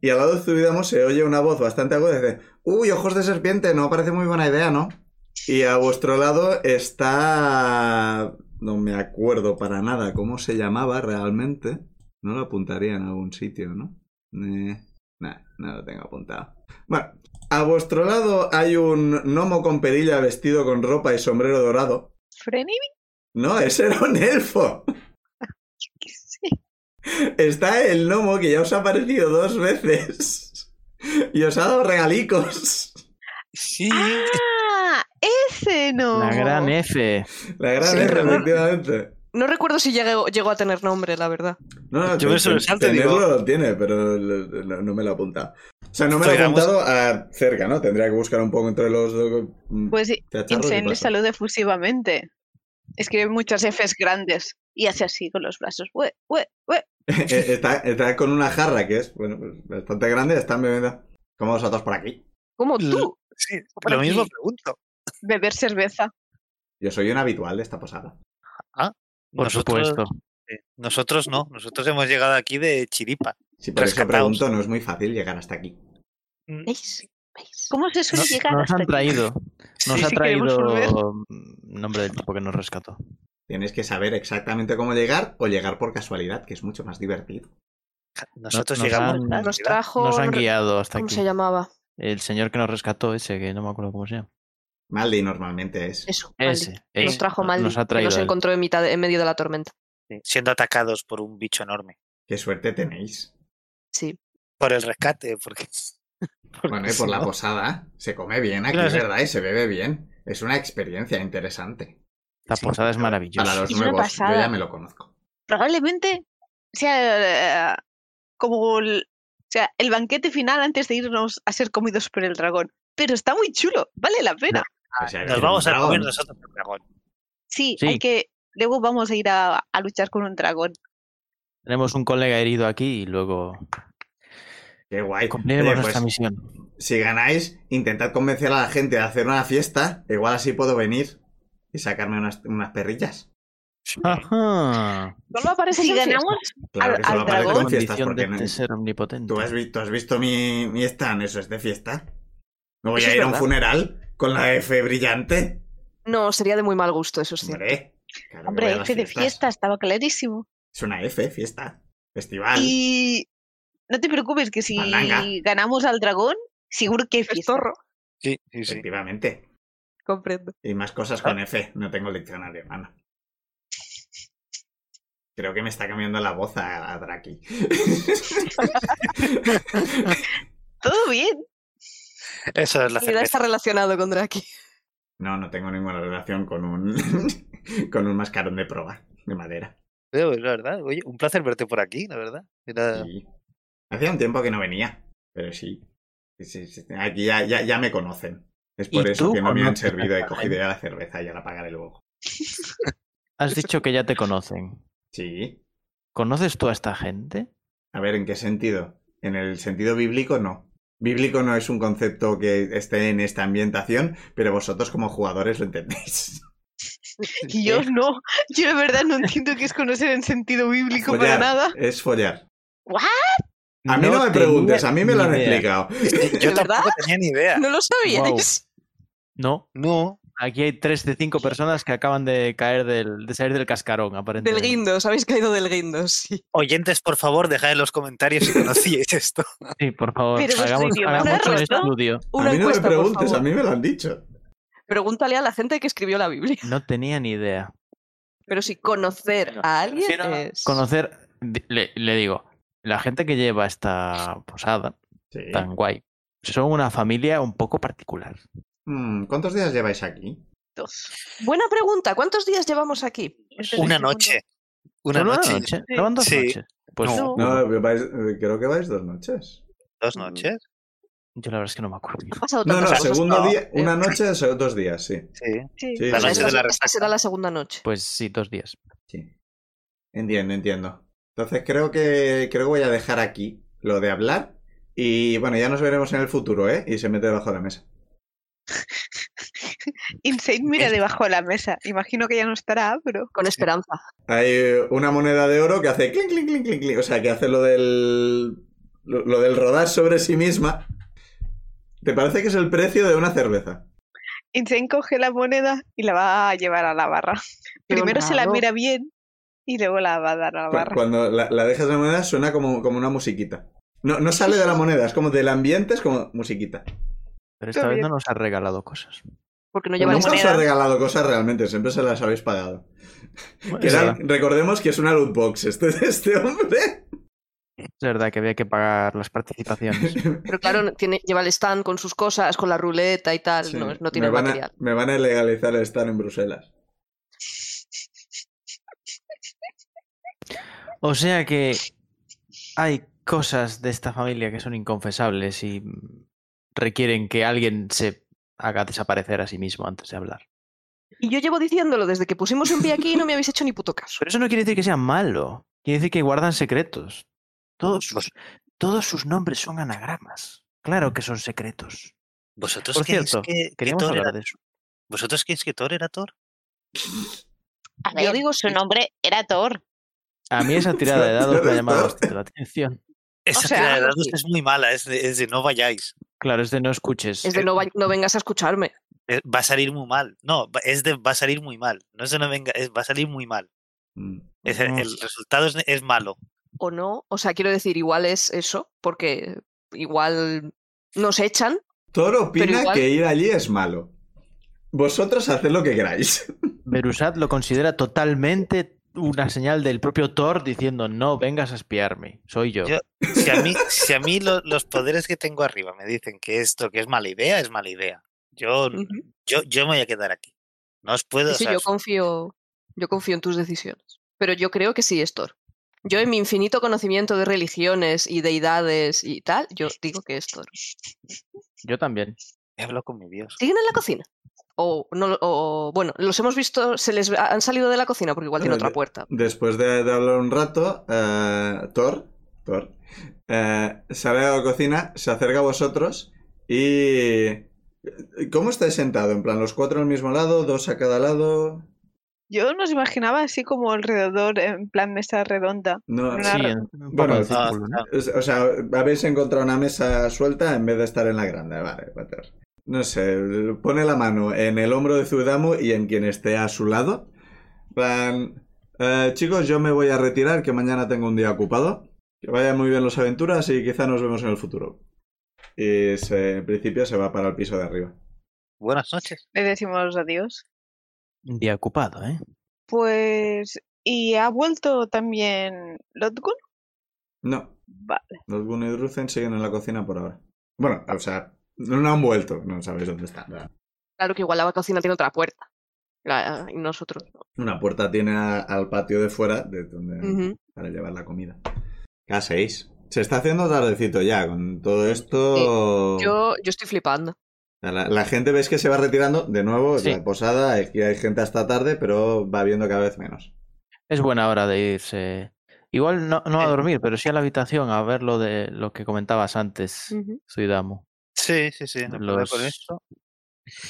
S1: Y al lado de Zuidamo se oye una voz bastante aguda y dice: Uy, ojos de serpiente, no parece muy buena idea, ¿no? Y a vuestro lado está. No me acuerdo para nada cómo se llamaba realmente. No lo apuntaría en algún sitio, ¿no? Eh, nah, no lo tengo apuntado. Bueno, a vuestro lado hay un gnomo con perilla vestido con ropa y sombrero dorado.
S3: ¿Freni?
S1: No, ese era un elfo.
S3: Sí.
S1: Está el gnomo que ya os ha aparecido dos veces. Y os ha dado regalicos.
S2: sí.
S3: ¡Ah! ¡Ese no!
S4: La gran E. F.
S1: La gran
S5: Sí,
S1: F,
S5: pero no-
S1: efectivamente.
S5: No recuerdo si llegó, llegó a tener nombre, la verdad.
S1: No, no,
S2: Yo me
S1: ten-
S2: sobresalto y
S1: tenerlo
S2: digo-
S1: lo tiene, pero lo- no, no me lo ha apuntado. O sea, no me lo ha
S2: Digamos-
S1: apuntado a cerca, ¿no? Tendría que buscar un poco entre los dos. mm,
S3: Pues i-
S1: cacharros y
S3: Insane le
S1: pasa.
S3: saluda efusivamente. Escribe muchas Fs grandes y hace así con los brazos. Ue, ue, ue.
S1: Eh, está, está con una jarra que es bueno, pues, bastante grande. Están bebiendo. Como vosotros por aquí.
S5: Como
S2: L-
S5: tú.
S2: sí,
S5: por
S2: Lo mismo
S5: aquí.
S2: pregunto.
S3: Beber cerveza.
S1: Yo soy un habitual de esta posada.
S4: Por
S2: Nosotros-
S4: supuesto.
S2: Sí, Nosotros no, nosotros hemos llegado aquí de chiripa.
S1: Si por eso
S2: Rescataos.
S1: pregunto, no es muy fácil llegar hasta aquí.
S2: Mm,
S5: ¿Veis? ¿Veis?
S3: ¿Cómo se suele
S2: Nos-
S3: llegar
S4: Nos
S3: hasta
S4: han
S3: aquí?
S4: traído. Nos
S3: Sí,
S4: ha
S3: sí, queremos
S4: traído mm, nombre del tipo que nos rescató.
S1: Tienes que saber exactamente cómo llegar o llegar por casualidad, que es mucho más divertido.
S2: Nosotros
S4: nos
S2: llegamos.
S4: han-
S2: de
S5: Ah, Nos
S2: casualidad.
S5: trajo.
S4: Nos han
S5: no re-
S4: guiado hasta
S5: ¿Cómo
S4: aquí.
S5: se llamaba?
S4: El señor que nos rescató, ese, que no me acuerdo cómo se llama.
S1: Maldi normalmente es.
S5: Eso. Maldi.
S4: Ese.
S5: Nos
S4: ese.
S5: trajo
S4: No-
S5: mal.
S4: Nos ha traído.
S5: Nos
S4: él.
S5: encontró en, mitad de- en medio de la tormenta.
S2: Sí, siendo atacados por un bicho enorme.
S1: Qué suerte tenéis.
S5: Sí.
S2: Por el rescate, porque. porque
S1: Bueno, y
S2: si
S1: por la
S2: no-
S1: posada. Se come bien aquí,
S2: Claro, sí.
S1: ¿verdad? Y se bebe bien. Es una experiencia interesante.
S4: La
S2: Sí,
S4: posada es
S1: Para
S2: claro.
S4: maravillosa.
S1: los
S3: Es una
S1: nuevos, yo
S3: pasada.
S1: ya me lo conozco.
S3: Probablemente sea eh, como el, o sea, el banquete final antes de irnos a ser comidos por el dragón. Pero está muy chulo, vale la pena.
S1: O sea,
S2: Nos
S1: el
S2: vamos a
S1: dragón.
S2: comer nosotros el dragón.
S3: Sí,
S4: Sí.
S3: hay que. Luego vamos a ir a, a luchar con un dragón.
S4: Tenemos un colega herido aquí y luego
S1: Qué guay.
S4: cumpliremos
S1: Oye,
S4: nuestra
S1: pues,
S4: misión.
S1: si ganáis, intentad convencer a la gente de hacer una fiesta. Igual así puedo venir y sacarme unas, unas perrillas.
S4: Ajá.
S5: ¿Solo aparece
S3: Si
S5: en fiestas?
S3: ganamos,
S1: Claro
S3: Al-
S1: que solo
S3: al
S1: aparezco
S3: dragón.
S1: en fiestas
S4: Condición
S1: porque
S4: de,
S1: no,
S4: de ser omnipotente.
S1: ¿Tú has, vi- tú has visto mi, mi stand? Eso es de fiesta. No voy
S5: Eso
S1: a
S5: es
S1: ir a un
S5: verdad.
S1: funeral con la F brillante.
S5: No, sería de muy mal gusto, eso sí.
S1: Hombre, claro que voy
S3: hombre,
S1: a las
S3: F de
S1: fiestas.
S3: fiesta, estaba clarísimo.
S1: Es una F, fiesta. Festival.
S3: Y no te preocupes que si
S1: Mandanga.
S3: ganamos al dragón, seguro que hay fiesta.
S5: Estorro.
S2: Sí, sí, sí.
S1: Efectivamente.
S5: Comprendo.
S1: Y más cosas con F. No tengo diccionario, mano. Creo que me está cambiando la voz a, a Draki.
S3: Todo bien.
S2: Eso es la
S5: Mira,
S2: cerveza.
S5: está relacionado con Draki.
S1: No, no tengo ninguna relación con un, con un mascarón de proa de madera.
S2: Eh, pues, la verdad, oye, un placer verte por aquí, la verdad. Era-
S1: Sí. Hacía un tiempo que no venía, pero sí. Sí, sí, sí. Aquí ya, ya, ya me conocen. Es por
S4: ¿Y
S1: eso
S4: tú
S1: que no me han
S4: conoces a
S1: servido y
S4: esta
S1: cogido ya la cerveza y ahora pagar el bobo.
S4: Has dicho que ya te conocen.
S1: Sí.
S4: ¿Conoces tú a esta gente?
S1: A ver, ¿en qué sentido? En el sentido bíblico, no. Bíblico no es un concepto que esté en esta ambientación, pero vosotros como jugadores lo entendéis.
S3: Y yo no, yo de verdad no entiendo qué es conocer en sentido bíblico para
S1: Follar,
S3: nada.
S1: Es follar.
S3: ¿What?
S1: A mí no, me
S4: tenía
S1: preguntes, a mí me lo han
S4: ni idea.
S1: explicado.
S2: eh, Yo
S5: ¿De verdad?
S2: tampoco tenía ni idea.
S5: ¿No lo sabíais?
S4: No,
S2: No,
S4: aquí hay tres de cinco personas que acaban de caer del, de salir del cascarón,
S5: Del
S4: aparentemente.
S5: guindos, habéis caído del guindos, sí.
S2: Oyentes, por favor, dejad en los comentarios si conocíais esto.
S4: Sí, por favor,
S3: Pero vuestro
S4: hagamos,
S3: idioma
S4: hagamos
S3: es
S4: un
S3: ruso.
S4: estudio.
S5: Una
S1: a mí no
S5: encuesta,
S1: me
S5: por
S1: preguntes,
S5: favor.
S1: a mí me lo han dicho.
S5: Pregúntale a la gente que escribió la Biblia.
S4: No tenía ni idea.
S5: Pero si conocer
S4: Bueno,
S5: a
S4: me
S5: alguien
S4: refiero a
S5: es...
S4: Conocer, di- le, le digo, la gente que lleva esta posada
S1: Sí.
S4: tan guay son una familia un poco particular.
S1: Mm, ¿Cuántos días lleváis aquí?
S3: Dos.
S5: Buena pregunta, ¿cuántos días llevamos aquí?
S3: Este es el
S2: Una
S3: segundo.
S2: noche. Una
S4: ¿Solo
S2: noche.
S3: Sí.
S4: ¿No van dos
S2: Sí.
S4: noches? Pues
S2: No.
S1: No,
S5: Oh.
S1: vais- eh, creo que vais dos noches.
S2: Dos noches.
S4: yo la verdad es que no me acuerdo.
S5: Ha pasado
S1: No, no,
S5: tantas cosas,
S1: segundo
S5: ¿no?
S1: día,
S5: Eh,
S1: una noche, se- dos días, sí.
S2: Sí.
S3: Sí.
S1: Sí,
S2: La
S1: sí,
S2: noche
S1: sí.
S5: esta-
S2: de la
S5: esta
S2: resaca.
S5: será la segunda noche.
S4: Pues sí, dos días.
S1: Sí. Entiendo, entiendo. Entonces creo que creo que voy a dejar aquí lo de hablar. Y bueno, ya nos veremos en el futuro, ¿eh? Y se mete debajo de la mesa.
S3: Insane mira debajo de la mesa. Imagino que ya no estará, pero.
S5: Con esperanza.
S1: Hay eh, una moneda de oro que hace clink, clink, clink, clink, clink. O sea, que hace lo del. Lo, lo del rodar sobre sí misma. ¿Te parece que es el precio de una cerveza?
S3: Insane coge la moneda y la va a llevar a la barra.
S5: Qué
S3: Primero se la
S5: honrado.
S3: mira bien y luego la va a dar a la
S1: Cu-
S3: barra.
S1: Cuando la, la dejas la moneda suena como, como una musiquita. No, no sale de la moneda, es como del ambiente, es como musiquita.
S4: Pero esta vez
S3: bien.
S4: no nos ha regalado cosas.
S5: Porque no lleva
S1: Pues Nunca
S5: la
S1: os ha
S5: moneda.
S1: regalado cosas realmente, siempre se las habéis pagado. Que
S4: es,
S1: era-
S4: verdad,
S1: recordemos que es una loot box este, este hombre.
S4: es verdad que había que pagar las participaciones.
S5: Pero claro, tiene, lleva el stand con sus cosas, con la ruleta y tal.
S1: Sí,
S5: no, no tiene
S1: me van a-
S5: material.
S1: me van a legalizar estar en Bruselas.
S4: O sea que hay cosas de esta familia que son inconfesables y requieren que alguien se haga desaparecer a sí mismo antes de hablar.
S5: Y yo llevo diciéndolo desde que pusimos un pie aquí y no me habéis hecho ni puto caso.
S4: Pero eso no quiere decir que sea malo. Quiere decir que guardan secretos. Todos
S2: Vos-
S4: sus, todos sus nombres son anagramas. Claro que son secretos.
S2: ¿Vosotros
S4: Por
S2: creéis
S4: cierto,
S2: que, que
S4: Queríamos
S2: Thor
S4: hablar
S2: era-
S4: de eso.
S2: ¿Vosotros creéis que Thor era Thor?
S3: A
S5: Yo
S3: ver,
S5: digo
S3: su
S5: sí.
S3: nombre era Thor.
S4: A mí esa tirada de dados me ha llamado bastante la atención.
S2: Esa
S5: sea,
S2: tirada de
S5: algo
S2: dados
S5: así.
S2: es muy mala, es de, es de no vayáis.
S4: Claro, es de no escuches.
S5: Es de no, va- no vengas a escucharme.
S2: eh, Va a salir muy mal. No, va- es de va a salir muy mal. No es de no venga, es va a salir muy mal.
S1: Mm.
S2: Es el,
S4: Mm.
S2: el resultado es, ne- es malo.
S5: O no. O sea, quiero decir, igual es eso, porque igual nos echan.
S1: Thor opina
S5: igual-
S1: que ir allí es malo. Vosotros haced lo que queráis.
S4: Berusat lo considera totalmente una señal del propio Thor diciendo no vengas a espiarme, soy yo.
S2: Yo- Si a mí, si a mí lo- los poderes que tengo arriba me dicen que esto que es mala idea, es mala idea. Yo,
S4: Mm.
S5: Ujú.
S2: yo, yo me voy a quedar aquí. No os puedo.
S5: Sí,
S2: o
S5: sí,
S2: sea,
S5: yo
S2: os-
S5: confío, yo confío en tus decisiones. Pero yo creo que sí es Thor. Yo, en mi infinito conocimiento de religiones y deidades y tal, yo digo que es Thor.
S4: Yo también.
S2: he hablado con mi Dios.
S5: ¿Siguen en la cocina? O, no, lo- o bueno, los hemos visto, se les ve- han salido de la cocina porque igual tiene
S1: Eh,
S5: otra
S1: de-
S5: puerta.
S1: Después de, de hablar un rato, eh, Thor, Thor eh, sale a la cocina, se acerca a vosotros y... eh, ¿Cómo estáis sentado? En plan, los cuatro al mismo lado, dos a cada lado.
S3: Yo nos imaginaba así como alrededor, en plan mesa redonda.
S1: No,
S3: Una
S4: Sí,
S3: re-
S4: en- un poco
S1: Bueno,
S4: de
S1: sí.
S4: círculo, ¿no?
S1: es- o sea, habéis encontrado una mesa suelta en vez de estar en la grande. Vale, Pater. No sé, pone la mano en el hombro de Zuidamu y en quien esté a su lado. En Plan, eh, chicos, yo me voy a retirar, que mañana tengo un día ocupado. Que vayan muy bien las aventuras y quizá nos vemos en el futuro. Y se- en principio se va para el piso de arriba.
S2: Buenas noches.
S3: Le decimos adiós.
S4: Un día ocupado, ¿eh?
S3: Pues. ¿Y ha vuelto también Lotgun?
S1: No,
S3: Vale.
S1: los Gunn y Drusen siguen en la cocina por ahora. Bueno, o sea, no han vuelto, no sabéis dónde están.
S5: Claro que igual la cocina tiene otra puerta. La- y nosotros no.
S1: Una puerta tiene a- al patio de fuera de donde,
S5: Ujú.
S1: para llevar la comida. Cada Ah, seis. Se está haciendo tardecito ya. Con todo esto.
S5: Yo, yo estoy flipando.
S1: La, la gente ves que se va retirando. De nuevo, es
S4: Sí.
S1: la posada. Aquí hay gente hasta tarde, pero va viendo cada vez menos.
S4: Es buena hora de irse. Igual no, no a
S2: Eh.
S4: dormir, pero sí a la habitación a ver lo de lo que comentabas antes,
S5: Ujú.
S4: Suidamo.
S2: Sí, sí, sí. me acordé por
S4: Los-
S2: esto.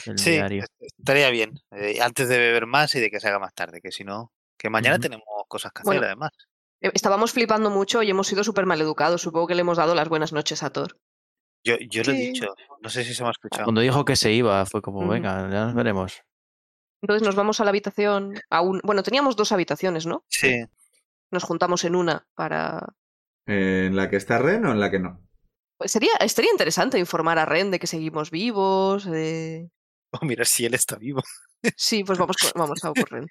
S4: El
S2: Sí,
S4: diario.
S2: est- estaría bien. eh, antes de beber más y de que se haga más tarde, que si no, que mañana
S4: Ujú.
S2: tenemos cosas que hacer
S5: Bueno.
S2: además.
S5: Eh, Estábamos flipando mucho y hemos sido súper maleducados. Supongo que le hemos dado las buenas noches a Thor.
S2: Yo, yo lo he
S1: Sí.
S2: dicho, no sé si se me ha escuchado.
S4: Cuando dijo que se iba, fue como,
S5: Ujú.
S4: venga, ya nos veremos.
S5: Entonces nos vamos a la habitación, a un... bueno, teníamos dos habitaciones, ¿no?
S2: Sí,
S5: Nos juntamos en una para...
S1: Eh, ¿En la que está Ren o en la que no?
S5: Pues Sería, estaría interesante informar a Ren de que seguimos vivos. de-
S2: o Oh, mira si él está vivo.
S5: Sí, pues vamos, con- vamos a por Ren.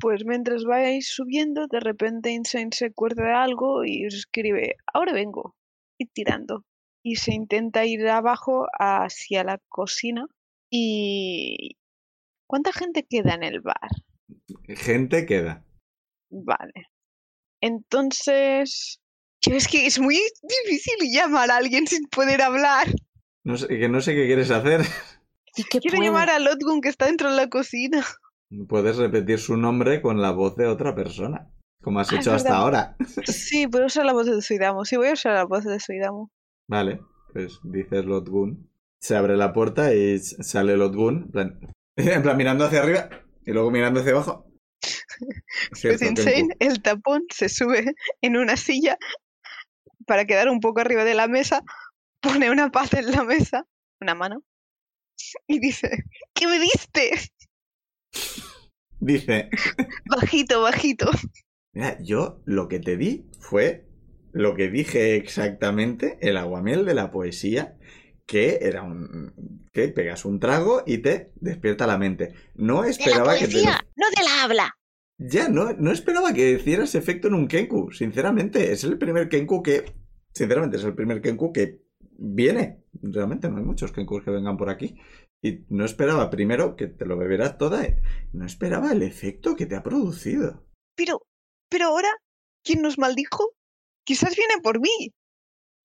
S3: Pues mientras vais subiendo, de repente Insane se acuerda de algo y os escribe, ahora vengo, y tirando. Y se intenta ir abajo hacia la cocina. ¿Y cuánta gente queda en el bar?
S1: Gente queda.
S3: Vale. Entonces... Yo es que es muy difícil llamar a alguien sin poder hablar.
S1: No sé, que no sé qué quieres hacer.
S5: ¿Y qué
S3: Quiero
S5: puede?
S3: llamar a Lotgun que está dentro de la cocina.
S1: Puedes repetir su nombre con la voz de otra persona. Como has
S3: Ah, es
S1: hecho hasta
S3: verdad.
S1: ahora.
S3: Sí, puedo usar la voz de Suidamo. Sí, voy a usar la voz de Suidamo.
S1: Vale, pues dices Lotgun. Se abre la puerta y s- sale Lotgun. En plan, en plan mirando hacia arriba y luego mirando hacia abajo.
S3: Pues
S1: Cierto,
S3: Insane,
S1: Tenku.
S3: el tapón se sube en una silla para quedar un poco arriba de la mesa, pone una pata en la mesa, una mano, y dice, ¿qué me diste?
S1: Dice,
S3: Bajito, bajito.
S1: mira, yo lo que te di fue lo que dije exactamente, el aguamiel de la poesía, que era un... que pegas un trago y te despierta la mente. No esperaba que te... lo-
S3: no de la habla.
S1: Ya, no, no esperaba que hicieras efecto en un Kenku, sinceramente. Es el primer Kenku que. Sinceramente, es el primer Kenku que viene. Realmente no hay muchos Kenkus que vengan por aquí. Y no esperaba, primero, que te lo beberás toda. eh, No esperaba el efecto que te ha producido.
S3: Pero, pero ahora, ¿quién nos maldijo? Quizás viene por mí.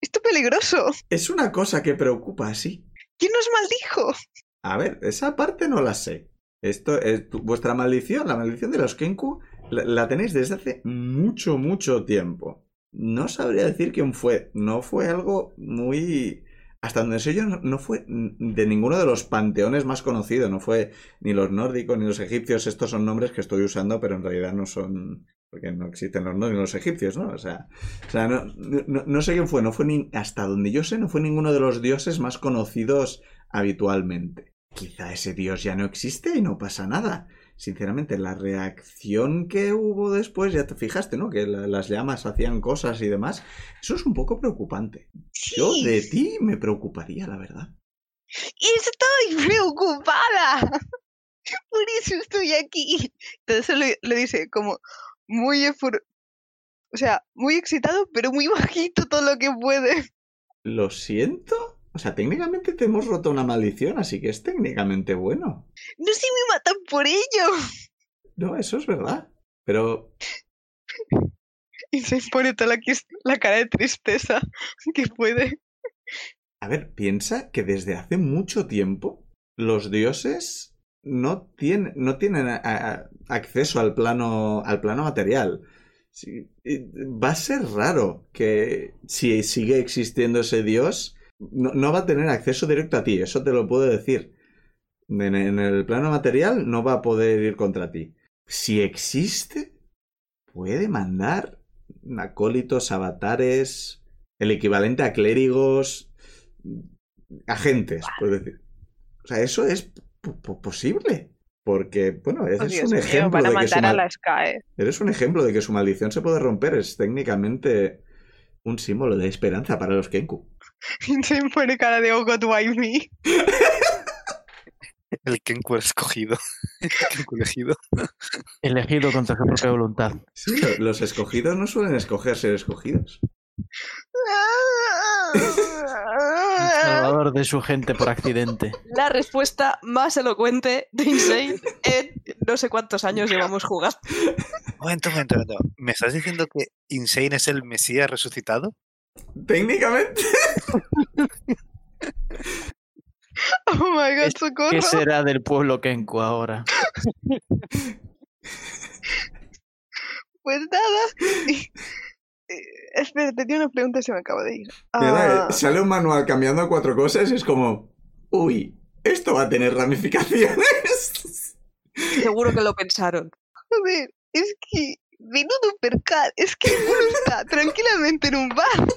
S3: Esto peligroso.
S1: Es una cosa que preocupa, sí.
S3: ¿Quién nos maldijo?
S1: A ver, esa parte no la sé. Esto es tu- vuestra maldición, la maldición de los Kenku, la, la tenéis desde hace mucho, mucho tiempo. No sabría decir quién fue. No fue algo muy. Hasta donde sé yo, no, no fue mm, de ninguno de los panteones más conocidos. No fue ni los nórdicos ni los egipcios. Estos son nombres que estoy usando, pero en realidad no son. Porque no existen los nórdicos ni los egipcios, ¿no? O sea, o sea, no, no- no sé quién fue. No fue ni, hasta donde yo sé, no fue ninguno de los dioses más conocidos habitualmente. Quizá ese dios ya no existe y no pasa nada. Sinceramente, la reacción que hubo después, ya te fijaste, ¿no? Que la- las llamas hacían cosas y demás. Eso es un poco preocupante. Yo
S3: Sí,
S1: de ti me preocuparía, la verdad.
S3: estoy preocupada. Por eso estoy aquí. Entonces lo, lo dice como muy efor- o sea, muy excitado, pero muy bajito todo lo que puede.
S1: Lo siento. O sea, técnicamente te hemos roto una maldición, así que es técnicamente bueno.
S3: No sé, me matan por ello.
S1: No, eso es verdad. Pero
S3: Y se pone toda la, quis- la cara de tristeza que puede.
S1: A ver, piensa que desde hace mucho tiempo los dioses no, tienen no tienen a- a- acceso al plano, al plano material. Sí, y va a ser raro que si sigue existiendo ese dios, no, no va a tener acceso directo a ti, eso te lo puedo decir. En, en el plano material no va a poder ir contra ti. Si existe, puede mandar acólitos, avatares, el equivalente a clérigos, agentes, por decir. O sea, eso es po- po- posible. Porque, bueno,
S3: Oh,
S1: eres un ejemplo
S3: van a
S1: de que su
S3: mandar a E.
S1: mal-
S3: la SKE.
S1: eres un ejemplo de que su maldición se puede romper. Es técnicamente un símbolo de esperanza para los Kenku.
S3: Y se pone cara de oh god, why me?
S2: El Kenku escogido. El Kenku elegido.
S4: Elegido contra su propia voluntad.
S1: Sí, lo- los escogidos no suelen escoger ser escogidos.
S4: Salvador de su gente por accidente.
S5: La respuesta más elocuente de Insane en no sé cuántos años llevamos jugando.
S2: Momento, momento, momento. ¿Me estás diciendo que Insane es el Mesías resucitado?
S1: Técnicamente.
S3: Oh my god,
S4: Es
S3: socorro.
S4: ¿Qué será del pueblo Kenku ahora?
S3: Pues nada. Eh, Espera, tenía una pregunta y se me acaba de ir.
S1: Mira,
S3: Ah,
S1: eh, Sale un manual cambiando cuatro cosas y es como, uy, esto va a tener ramificaciones.
S5: Seguro que lo pensaron.
S3: joder, es que. Menudo percal. Es que uno está tranquilamente en un bar.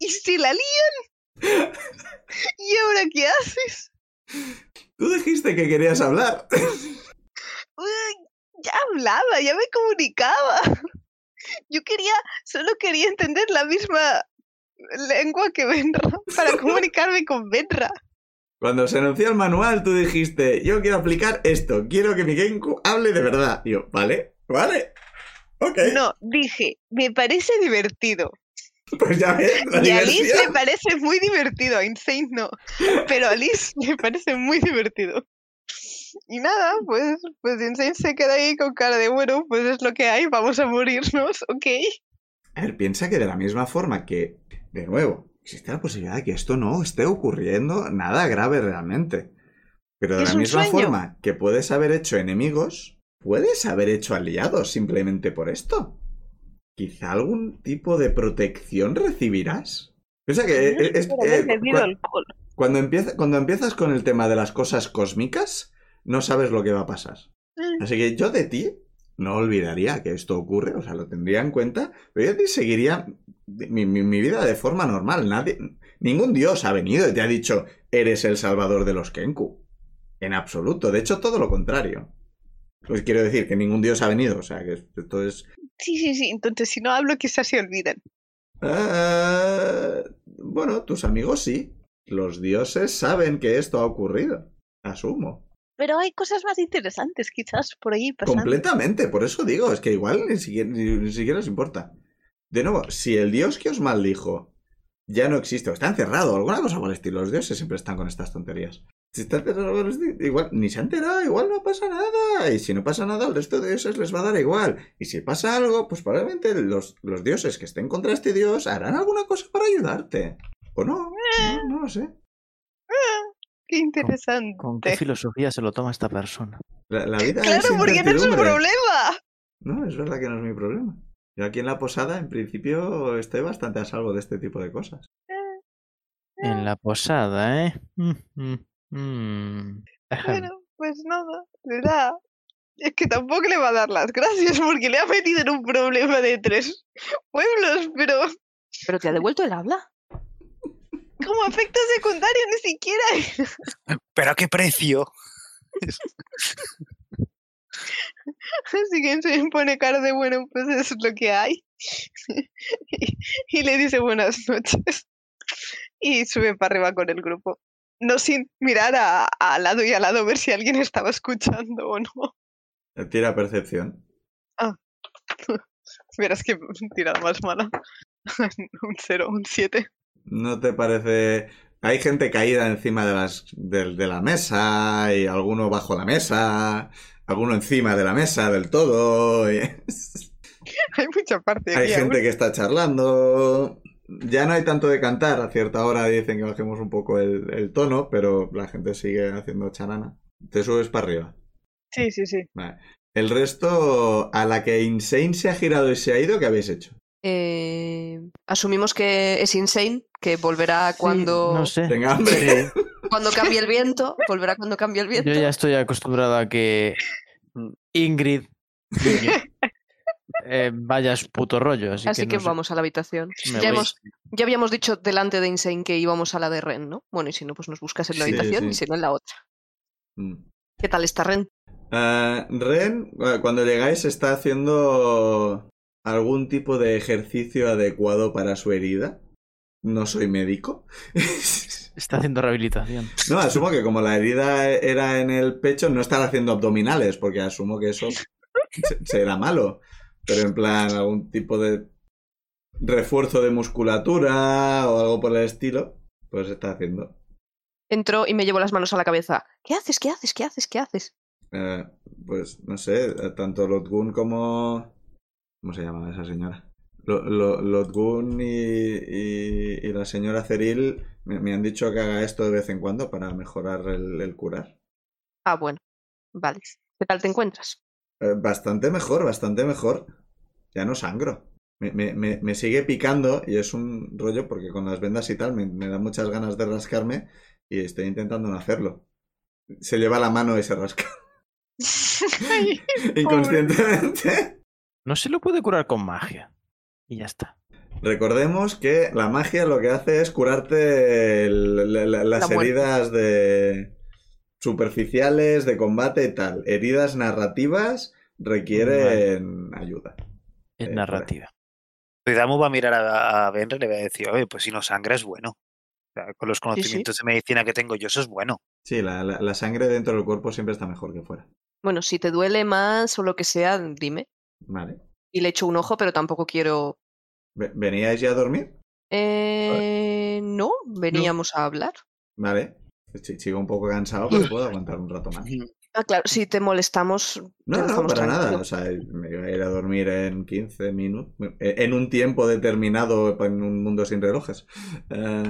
S3: Y se la lían. ¿Y ahora qué haces?
S1: Tú dijiste que querías hablar.
S3: Uy, ya hablaba, ya me comunicaba. Yo quería, solo quería entender la misma lengua que Benra para comunicarme con Benra.
S1: Cuando se anunció el manual, tú dijiste, yo quiero aplicar esto, quiero que mi Genku hable de verdad. Y yo, vale, vale, ok.
S3: No, dije, me parece divertido.
S1: Pues ya ves, la
S3: Y a Liz le
S1: diversión.
S3: parece muy divertido, a Insane no. Pero a Liz le parece muy divertido. Y nada, pues, pues Insane se queda ahí con cara de, bueno, pues es lo que hay, vamos a morirnos, ok.
S1: A ver, piensa que de la misma forma que, de nuevo, existe la posibilidad de que esto no esté ocurriendo nada grave realmente. Pero de
S3: Es
S1: la
S3: un
S1: misma
S3: sueño.
S1: forma que puedes haber hecho enemigos, puedes haber hecho aliados simplemente por esto. Quizá algún tipo de protección recibirás. Piensa que... eh, eh, es- eh, cua-
S3: alcohol.
S1: cuando, empieza- cuando empiezas con el tema de las cosas cósmicas, no sabes lo que va a pasar. Así que yo de ti no olvidaría que esto ocurre, o sea, lo tendría en cuenta, pero yo de ti seguiría mi, mi- mi vida de forma normal. Nadie, ningún dios ha venido y te ha dicho, eres el salvador de los Kenku. En absoluto, de hecho, todo lo contrario. Pues quiero decir que ningún dios ha venido, o sea, que esto es...
S3: Sí, sí, sí, entonces si no hablo quizás se olvidan.
S1: Ah, bueno, tus amigos sí. Los dioses saben que esto ha ocurrido. Asumo.
S3: Pero hay cosas más interesantes quizás por ahí pasando.
S1: Completamente, por eso digo, es que igual ni siquiera, ni- ni siquiera os importa. De nuevo, si el dios que os maldijo ya no existe, o está encerrado, o alguna cosa por el estilo, los dioses siempre están con estas tonterías. Si está encerrado, por el esti- igual ni se ha enterado, igual no pasa nada. Y si no pasa nada, al resto de dioses les va a dar igual. Y si pasa algo, pues probablemente los, los dioses que estén contra este dios harán alguna cosa para ayudarte. O no,
S3: Eh.
S1: no, no lo sé.
S3: Qué interesante.
S4: ¿Con qué filosofía se lo toma esta persona?
S1: La, la vida
S3: Claro,
S1: es
S3: porque no es un
S1: incertidumbre.
S3: problema.
S1: No, es verdad que no es mi problema. Yo aquí en la posada, en principio, estoy bastante a salvo de este tipo de cosas.
S4: En la posada, ¿eh? Mm, mm, mm.
S3: Bueno, pues nada, le da. Es que tampoco le va a dar las gracias porque le ha metido en un problema de tres pueblos, pero
S5: ¿Pero te ha devuelto el habla?
S3: como efecto secundario ni siquiera.
S2: ¿Pero a qué precio?
S3: Así que se pone cara de bueno, pues es lo que hay. Y, y le dice buenas noches. Y sube para arriba con el grupo. No sin mirar a, a lado y al lado ver si alguien estaba escuchando o no.
S1: Eh, Tira percepción.
S3: Verás que tirada más mala. un 0, un 7.
S1: ¿No te parece...? Hay gente caída encima de, las, del- de la mesa y alguno bajo la mesa, alguno encima de la mesa del todo. y-
S3: Hay mucha parte
S1: Hay
S3: aquí aún.
S1: gente que está charlando. Ya no hay tanto de cantar. A cierta hora dicen que bajemos un poco el, el tono, pero la gente sigue haciendo charana. Te subes para arriba.
S3: Sí, sí, sí.
S1: Vale. El resto, a la que Insane se ha girado y se ha ido, ¿qué habéis hecho?
S5: Eh, asumimos que es insane, que volverá
S4: Sí,
S5: ah, cuando,
S4: No sé.
S1: Tenga hambre.
S5: cuando cambie el viento. Volverá cuando cambie el viento.
S4: Yo ya estoy acostumbrado a que Ingrid niño, eh, vayas puto rollo. Así,
S5: Así que,
S4: no sé,
S5: vamos a la habitación.
S4: me
S5: ya
S4: voy.
S5: hemos- Ya habíamos dicho delante de Insane que íbamos a la de Ren, ¿no? Bueno, y si no, pues nos buscas en la
S1: Sí,
S5: habitación
S1: sí.
S5: y si no, en la otra.
S1: Mm.
S5: ¿Qué tal está Ren?
S1: Ah, Ren, eh, cuando llegáis, está haciendo algún tipo de ejercicio adecuado para su herida. No soy médico.
S4: Está haciendo rehabilitación.
S1: No, asumo que como la herida era en el pecho, no estará haciendo abdominales, porque asumo que eso se- será malo. Pero en plan, algún tipo de refuerzo de musculatura o algo por el estilo, pues está haciendo.
S5: Entró y me llevó las manos a la cabeza. ¿Qué haces? ¿Qué haces? ¿Qué haces? ¿Qué haces?
S1: Eh, pues no sé, tanto Lotgun como... ¿Cómo se llama esa señora? Lo- lo- Lotgun y, y- y la señora Ceril me, me han dicho que haga esto de vez en cuando para mejorar el, el curar.
S5: Ah, bueno. Vale. ¿Qué tal te encuentras?
S1: Eh, bastante mejor, bastante mejor. Ya no sangro. Me, me- me- me sigue picando y es un rollo porque con las vendas y tal me, me da muchas ganas de rascarme y estoy intentando no hacerlo. Se lleva la mano y se rasca
S3: Ay,
S1: inconscientemente.
S4: No se lo puede curar con magia. Y ya está.
S1: Recordemos que la magia lo que hace es curarte el- la- la- las
S5: La muerte.
S1: heridas de superficiales, de combate y tal. Heridas narrativas requieren ayuda.
S4: Es
S1: Eh,
S4: narrativa.
S2: Zuidamu va a mirar a, a Benre y le va a decir, oye, pues si no sangra es bueno. O sea, con los conocimientos de medicina que tengo yo, eso es bueno.
S1: Sí, la, la- la sangre dentro del cuerpo siempre está mejor que fuera.
S5: Bueno, si te duele más o lo que sea, dime.
S1: Vale.
S5: Y le echo un ojo, pero tampoco quiero...
S1: Ve- ¿Veníais ya a dormir?
S5: Eh, no, veníamos a hablar.
S1: Vale. Sí, Sigo un poco cansado, pero puedo aguantar un rato más.
S5: Ah, claro, si te molestamos,
S1: No,
S5: Ya
S1: no,
S5: estamos
S1: para nada.
S5: tranquilos.
S1: O sea, me iba a ir a dormir en 15 minutos. En un tiempo determinado en un mundo sin relojes. Eh,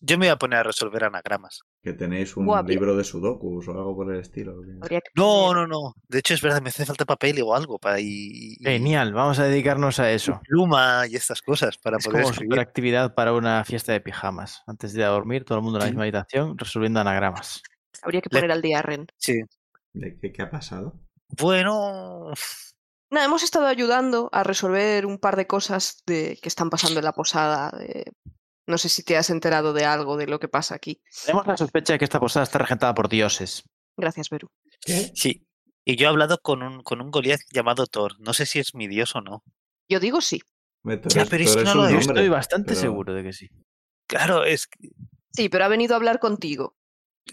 S2: Yo me voy a poner a resolver anagramas.
S1: que tenéis un
S5: Guau, bien.
S1: libro de sudokus o algo por el estilo. que-
S5: habría que
S2: No,
S5: poner-
S2: no, no. De hecho, es verdad, me hace falta papel o algo para y, y-
S4: Genial, vamos a dedicarnos a
S2: y
S4: eso.
S2: pluma y estas cosas para
S4: Es
S2: poder
S4: como
S2: escribir.
S4: superactividad para una fiesta de pijamas. Antes de ir a dormir, todo el mundo en la
S2: Sí.
S4: misma habitación resolviendo anagramas.
S5: Habría que
S2: Le-
S5: poner al día a Ren.
S2: Sí.
S1: ¿De qué, qué ha pasado?
S2: Bueno,
S5: Nada, hemos estado ayudando a resolver un par de cosas de, que están pasando en la posada. de- No sé si te has enterado de algo de lo que pasa aquí.
S4: Tenemos la sospecha de que esta posada está regentada por dioses.
S5: Gracias, Beru.
S2: sí. Y yo he hablado con un, con un Goliath llamado Thor. No sé si es mi dios o no.
S5: Yo digo sí.
S1: Hombre, tú
S2: Ya,
S1: eres-
S2: pero
S1: tú
S2: es que
S1: eres
S2: no
S1: un
S2: lo he
S4: Yo
S1: hombre.
S4: estoy bastante
S1: pero-
S4: seguro de que sí.
S2: Claro, es que
S5: Sí, pero ha venido a hablar contigo.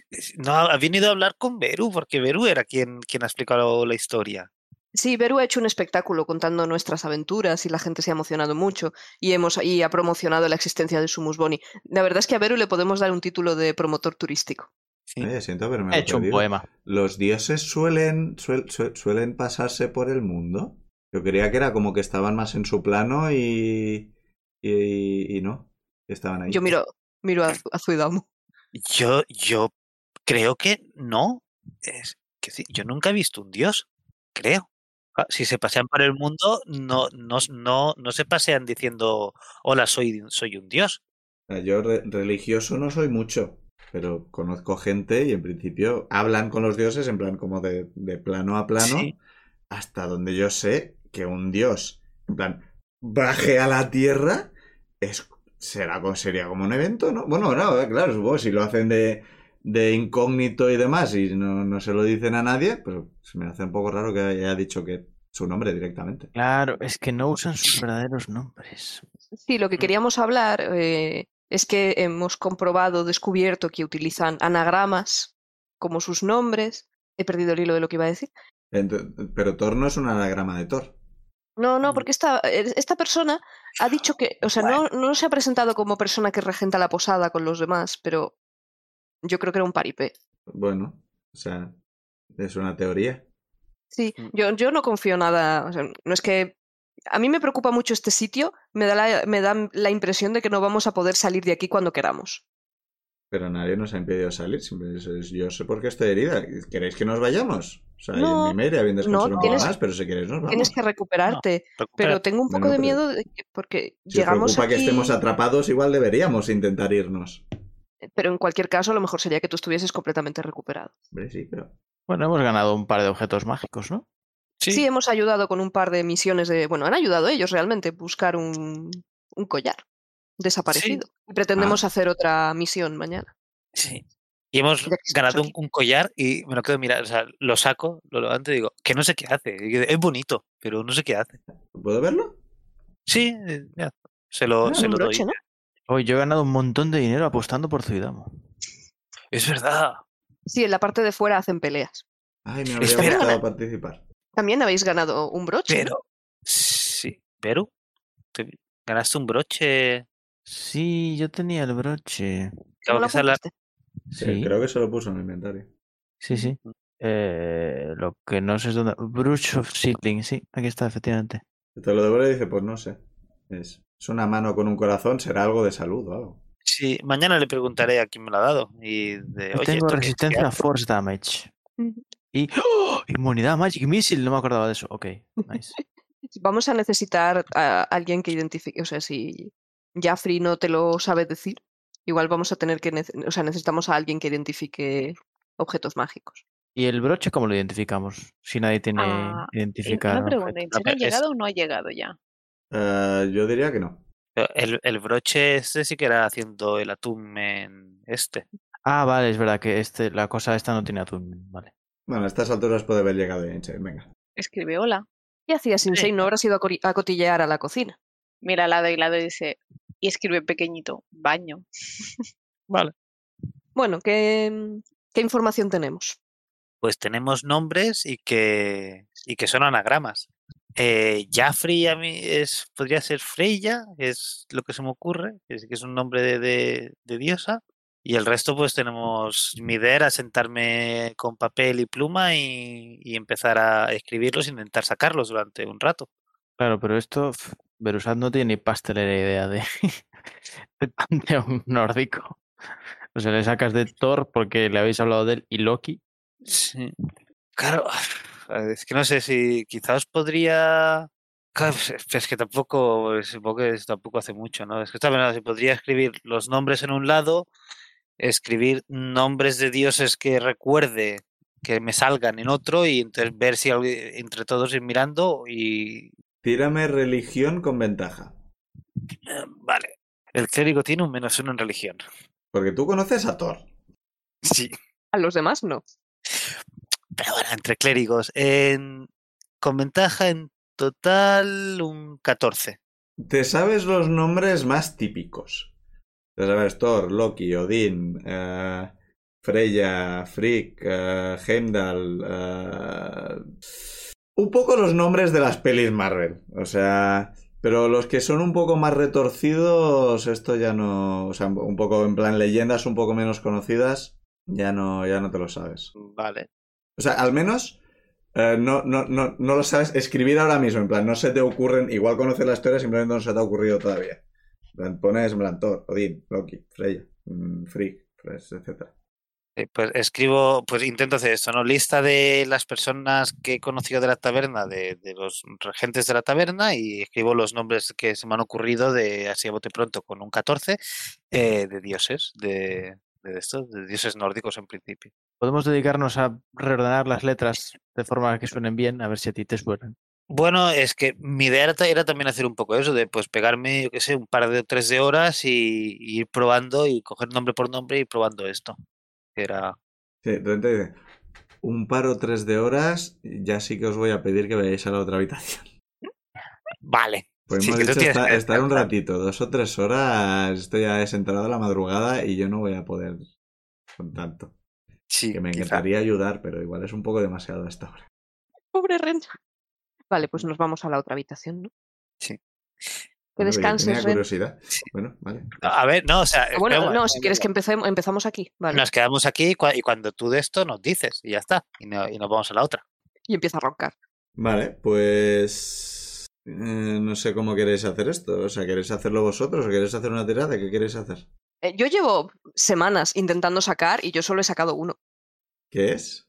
S2: es- no ha ha venido a hablar con Beru, porque Beru era quien, quien ha explicado la historia.
S5: Sí, Beru ha hecho un espectáculo contando nuestras aventuras y la gente se ha emocionado mucho y, hemos, y ha promocionado la existencia de Sumus Boni. La verdad es que a Beru le podemos dar un título de promotor turístico. Eh.
S1: Oye, Eh, siento haberme
S4: He hecho un
S1: perdido.
S4: poema.
S1: ¿Los dioses suelen, suel- suel- suelen pasarse por el mundo? Yo creía que era como que estaban más en su plano y. y, y no. Estaban ahí.
S5: Yo miro, miro a, a Zuidamu.
S2: Yo, yo creo que no. Es que sí, yo nunca he visto un dios, creo. Ah, Si se pasean por el mundo, no, no, s- no, no se pasean diciendo hola, soy, soy un dios.
S1: O sea, Yo re- religioso no soy mucho, pero conozco gente y en principio hablan con los dioses en plan como de, de plano a plano,
S2: Sí.
S1: hasta donde yo sé que un dios, en plan, baje a la tierra, es, será, co- sería como un evento, ¿no? Bueno, no, eh, claro, supongo, si lo hacen de, de incógnito y demás y no, no se lo dicen a nadie, pues se me hace un poco raro que haya dicho que su nombre directamente.
S4: Claro, es que no usan sus verdaderos nombres.
S5: Sí, lo que queríamos hablar eh, es que hemos comprobado, descubierto que utilizan anagramas como sus nombres. He perdido el hilo de lo que iba a decir.
S1: Ento- pero Thor no es un anagrama de Thor.
S5: No, no, porque esta, eh, esta persona ha dicho que, o sea, no, no se ha presentado como persona que regenta la posada con los demás, pero yo creo que era un paripé.
S1: Bueno, o sea, es una teoría.
S5: Sí,
S2: Mm.
S5: yo, yo no confío nada, o sea, no es que... A mí me preocupa mucho este sitio, me da, la, me da la impresión de que no vamos a poder salir de aquí cuando queramos.
S1: Pero nadie nos ha impedido salir. Siempre es- es- yo sé por qué estoy herida. ¿Queréis que nos vayamos? O sea,
S5: No,
S1: yo en mi media bien descansar
S5: no,
S1: un
S5: tienes-
S1: poco más, pero si queréis nos vamos.
S5: Tienes que recuperarte, pero
S2: Recupera-
S5: tengo un poco
S1: Bueno,
S5: de
S1: pero
S5: miedo de que- porque
S1: si os
S5: llegamos
S1: preocupa
S5: aquí...
S1: que estemos atrapados, igual deberíamos intentar irnos.
S5: Pero en cualquier caso, a lo mejor sería que tú estuvieses completamente recuperado.
S1: Hombre, sí, pero...
S4: Bueno, hemos ganado un par de objetos mágicos, ¿no?
S5: Sí. hemos ayudado con un par de misiones de. Bueno, han ayudado ellos realmente a buscar un, un collar desaparecido. Y pretendemos hacer otra misión mañana.
S2: Sí. Y hemos
S5: Ya que estamos
S2: ganado un,
S5: aquí.
S2: un collar y me lo quedo mirar, o sea, lo saco, lo levanto y digo, que no sé qué hace. Y digo, Es bonito, pero no sé qué hace.
S1: ¿Puedo verlo?
S2: Sí, eh, mira, se lo,
S5: Ah,
S2: se
S5: un
S2: lo
S5: broche,
S2: doy.
S5: ¿no?
S4: Hoy yo he ganado un montón de dinero apostando por Zuidamo.
S2: Es verdad.
S5: Sí, en la parte de fuera hacen peleas.
S1: Ay, me habría
S2: Espera.
S1: gustado participar.
S5: También habéis ganado un broche. ¿no?
S2: Pero, sí, pero te- ganaste un broche.
S4: Sí, yo tenía el broche.
S2: Claro,
S5: ¿No lo
S2: que esa es la-
S5: apuntaste?
S1: Sí, Eh, Creo que se lo puso en el inventario.
S4: Sí, sí. Eh, lo que no sé es dónde. Brush of Sibling, sí, aquí está, efectivamente.
S1: Te lo devuelve y dice, pues no sé. Es, es una mano con un corazón, será algo de salud o algo.
S2: Sí, mañana le preguntaré a quién me lo ha dado. Y de,
S4: Yo
S2: "Oye, ¿esto qué-
S4: tengo
S2: qué
S4: resistencia a
S2: hace?".
S4: Force Damage.
S5: Ujú.
S4: Y. ¡Oh! Inmunidad Magic Missile, no me acordaba de eso. Ok, nice.
S5: Vamos a necesitar a alguien que identifique, o sea, si Jaffrey no te lo sabe decir, igual vamos a tener que, nece- o sea, necesitamos a alguien que identifique objetos mágicos.
S4: ¿Y el broche cómo lo identificamos? Si nadie tiene
S5: eh,
S3: Ah, Y
S4: identificado.
S3: Una pregunta, ¿Insane
S2: ver,
S3: ha
S2: es-
S3: llegado o no ha llegado ya?
S1: Eh, yo diría que no.
S2: Pero El, el broche este sí que era haciendo el atún en este.
S4: Ah, vale, es verdad que este, la cosa esta no tiene atún. Vale.
S1: Bueno, a estas alturas puede haber llegado Insane, venga.
S3: Escribe hola.
S5: ¿Qué hacías, Insane? ¿No habrás ido a, cori- a cotillear a la cocina?
S3: Mira al lado y lado y dice, y escribe pequeñito, baño.
S2: Vale.
S5: Bueno, ¿qué, mm, qué información tenemos?
S2: Pues tenemos nombres y que, y que son anagramas. Eh, Jaffrey a mí es, podría ser Freya, es lo que se me ocurre, es que es un nombre de, de- de diosa. Y el resto pues tenemos mi idea era sentarme con papel y pluma y, y empezar a escribirlos, intentar sacarlos durante un rato.
S4: Claro, pero esto. pf, Berusat no tiene ni pastelera idea de. de panteón nórdico. O sea, le sacas de Thor porque le habéis hablado de él y Loki.
S2: Sí. Claro, ah, es que no sé si quizá os podría. Claro, pues, es- es que tampoco, supongo que es- tampoco hace mucho, ¿no? Es que está bien, se podría escribir los nombres en un lado, escribir nombres de dioses que recuerde que me salgan en otro y entonces ver si algu- entre todos ir mirando y.
S1: Tírame religión con ventaja.
S2: eh, Vale. El clérigo tiene un menos uno en religión.
S1: Porque tú conoces a Thor.
S2: Sí.
S5: A los demás no.
S2: Pero bueno, entre clérigos. en- con ventaja en total un 14.
S1: Te sabes los nombres más típicos. Te sabes Thor, Loki, Odín, eh, Freya, Frick, eh, Heimdall. eh, un poco los nombres de las pelis Marvel. O sea, pero los que son un poco más retorcidos, esto ya no. O sea, un poco en plan leyendas un poco menos conocidas, ya no, ya no te lo sabes.
S2: Vale.
S1: O sea, al menos eh, no, no, no, no lo sabes escribir ahora mismo. En plan, no se te ocurren. Igual conoces la historia, simplemente no se te ha ocurrido todavía. En plan, pones en plan Thor, Odín, Loki, Freya, mm, Frigg, Fresh, etc.
S2: Eh, Pues escribo, pues intento hacer esto, ¿no? Lista de las personas que he conocido de la taberna, de, de los regentes de la taberna, y escribo los nombres que se me han ocurrido de así a bote pronto con un 14 eh, de dioses, de, de estos, de dioses nórdicos en principio.
S4: Podemos dedicarnos a reordenar las letras de forma que suenen bien, a ver si a ti te suenan.
S2: Bueno, es que mi idea era, ta- era también hacer un poco eso, de pues pegarme, yo qué sé, un par de tres de horas y, y ir probando y coger nombre por nombre y ir probando esto. que Era,
S1: Sí, de repente dice: Un par o tres de horas, ya sí que os voy a pedir que vayáis a la otra habitación.
S2: vale.
S1: Pues
S2: Sí,
S1: hemos
S2: que tú
S1: dicho
S2: tienes
S1: esta-
S2: que
S1: estar un ratito, dos o tres horas. Esto ya es entrada la madrugada y yo no voy a poder con tanto.
S2: Sí,
S1: Que me
S2: quizá.
S1: encantaría ayudar, pero igual es un poco demasiado a esta hora.
S5: Pobre Ren. Vale, pues nos vamos a la otra habitación, ¿no?
S2: Sí.
S5: Que
S1: Bueno, yo
S5: descanses,
S1: Tenía
S5: Ren.
S1: curiosidad. Bueno, vale.
S2: A ver, no, o sea,
S5: Ah, Bueno,
S2: espera,
S5: no, si quieres que empecemos, empezamos aquí, vale.
S2: Nos quedamos aquí y, cua- y cuando tú de esto nos dices y ya está. Y, no- y nos vamos a la otra.
S5: Y empieza a roncar.
S1: Vale, pues... eh, no sé cómo queréis hacer esto. O sea, ¿queréis hacerlo vosotros o queréis hacer una tirada? ¿Qué queréis hacer?
S5: Eh, yo llevo semanas intentando sacar y yo solo he sacado uno.
S1: ¿Qué es?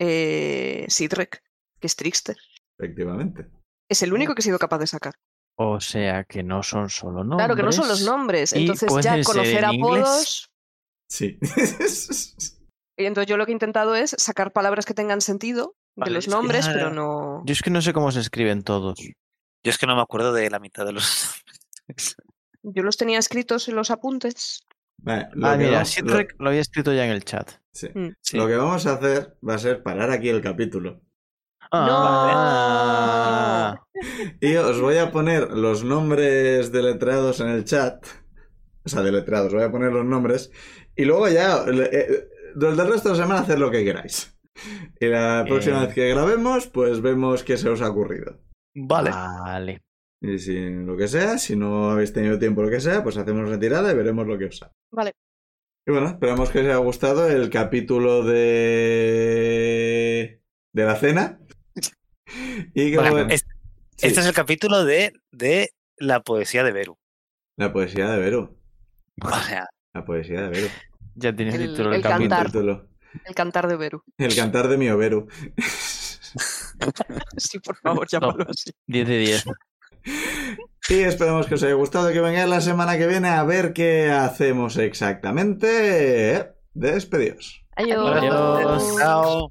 S5: Eh, Sidrek, que es Trickster.
S1: Efectivamente.
S5: Es el único que he sido capaz de sacar.
S4: O sea, que no son solo nombres.
S5: Claro que no son los nombres.
S4: y
S5: Entonces ya
S4: pueden ser
S5: conocer
S4: en inglés.
S5: apodos.
S1: Sí.
S5: Y entonces yo lo que he intentado es sacar palabras que tengan sentido
S2: Vale,
S5: de los
S2: es que
S5: nombres,
S2: ya-
S5: pero no.
S4: Yo es que no sé cómo se escriben todos.
S2: Yo es que no me acuerdo de la mitad de los nombres.
S5: Yo los tenía escritos en los apuntes.
S1: Vale, lo
S4: Ah,
S1: que
S4: mira,
S1: vamos-
S4: Sitrek lo había escrito ya en el chat.
S1: sí.
S2: Sí.
S1: Lo que vamos a hacer va a ser parar aquí el capítulo.
S4: Ah,
S1: Y os voy a poner los nombres deletreados en el chat. O sea, deletreados, voy a poner los nombres. Y luego ya, le- eh, durante el resto de la semana, haced lo que queráis. Y la próxima
S4: Eh. Ah,
S1: vez que grabemos, pues vemos qué se os ha ocurrido.
S2: Vale.
S4: Vale.
S1: Y si lo que sea, si no habéis tenido tiempo lo que sea, pues hacemos una tirada y veremos lo que os sale.
S3: Vale.
S1: Y bueno, esperamos que os haya gustado el capítulo de. de la cena. Y que.
S2: Bueno,
S1: bueno,
S2: es-
S1: sí,
S2: Este es el capítulo de, de la poesía de Beru.
S1: La poesía de Vero.
S2: O sea,
S1: La poesía de Vero.
S4: Ya tienes
S5: El-
S4: título del
S5: el
S4: capítulo.
S5: Cantar.
S1: Título.
S5: El cantar de Beru.
S1: El cantar de mi Overu.
S5: Sí, por favor, llámalo así.
S4: 10 de 10.
S1: Y esperamos que os haya gustado, que vengáis la semana que viene a ver qué hacemos exactamente. Despedidos.
S3: Adiós.
S4: Adiós.
S2: chao.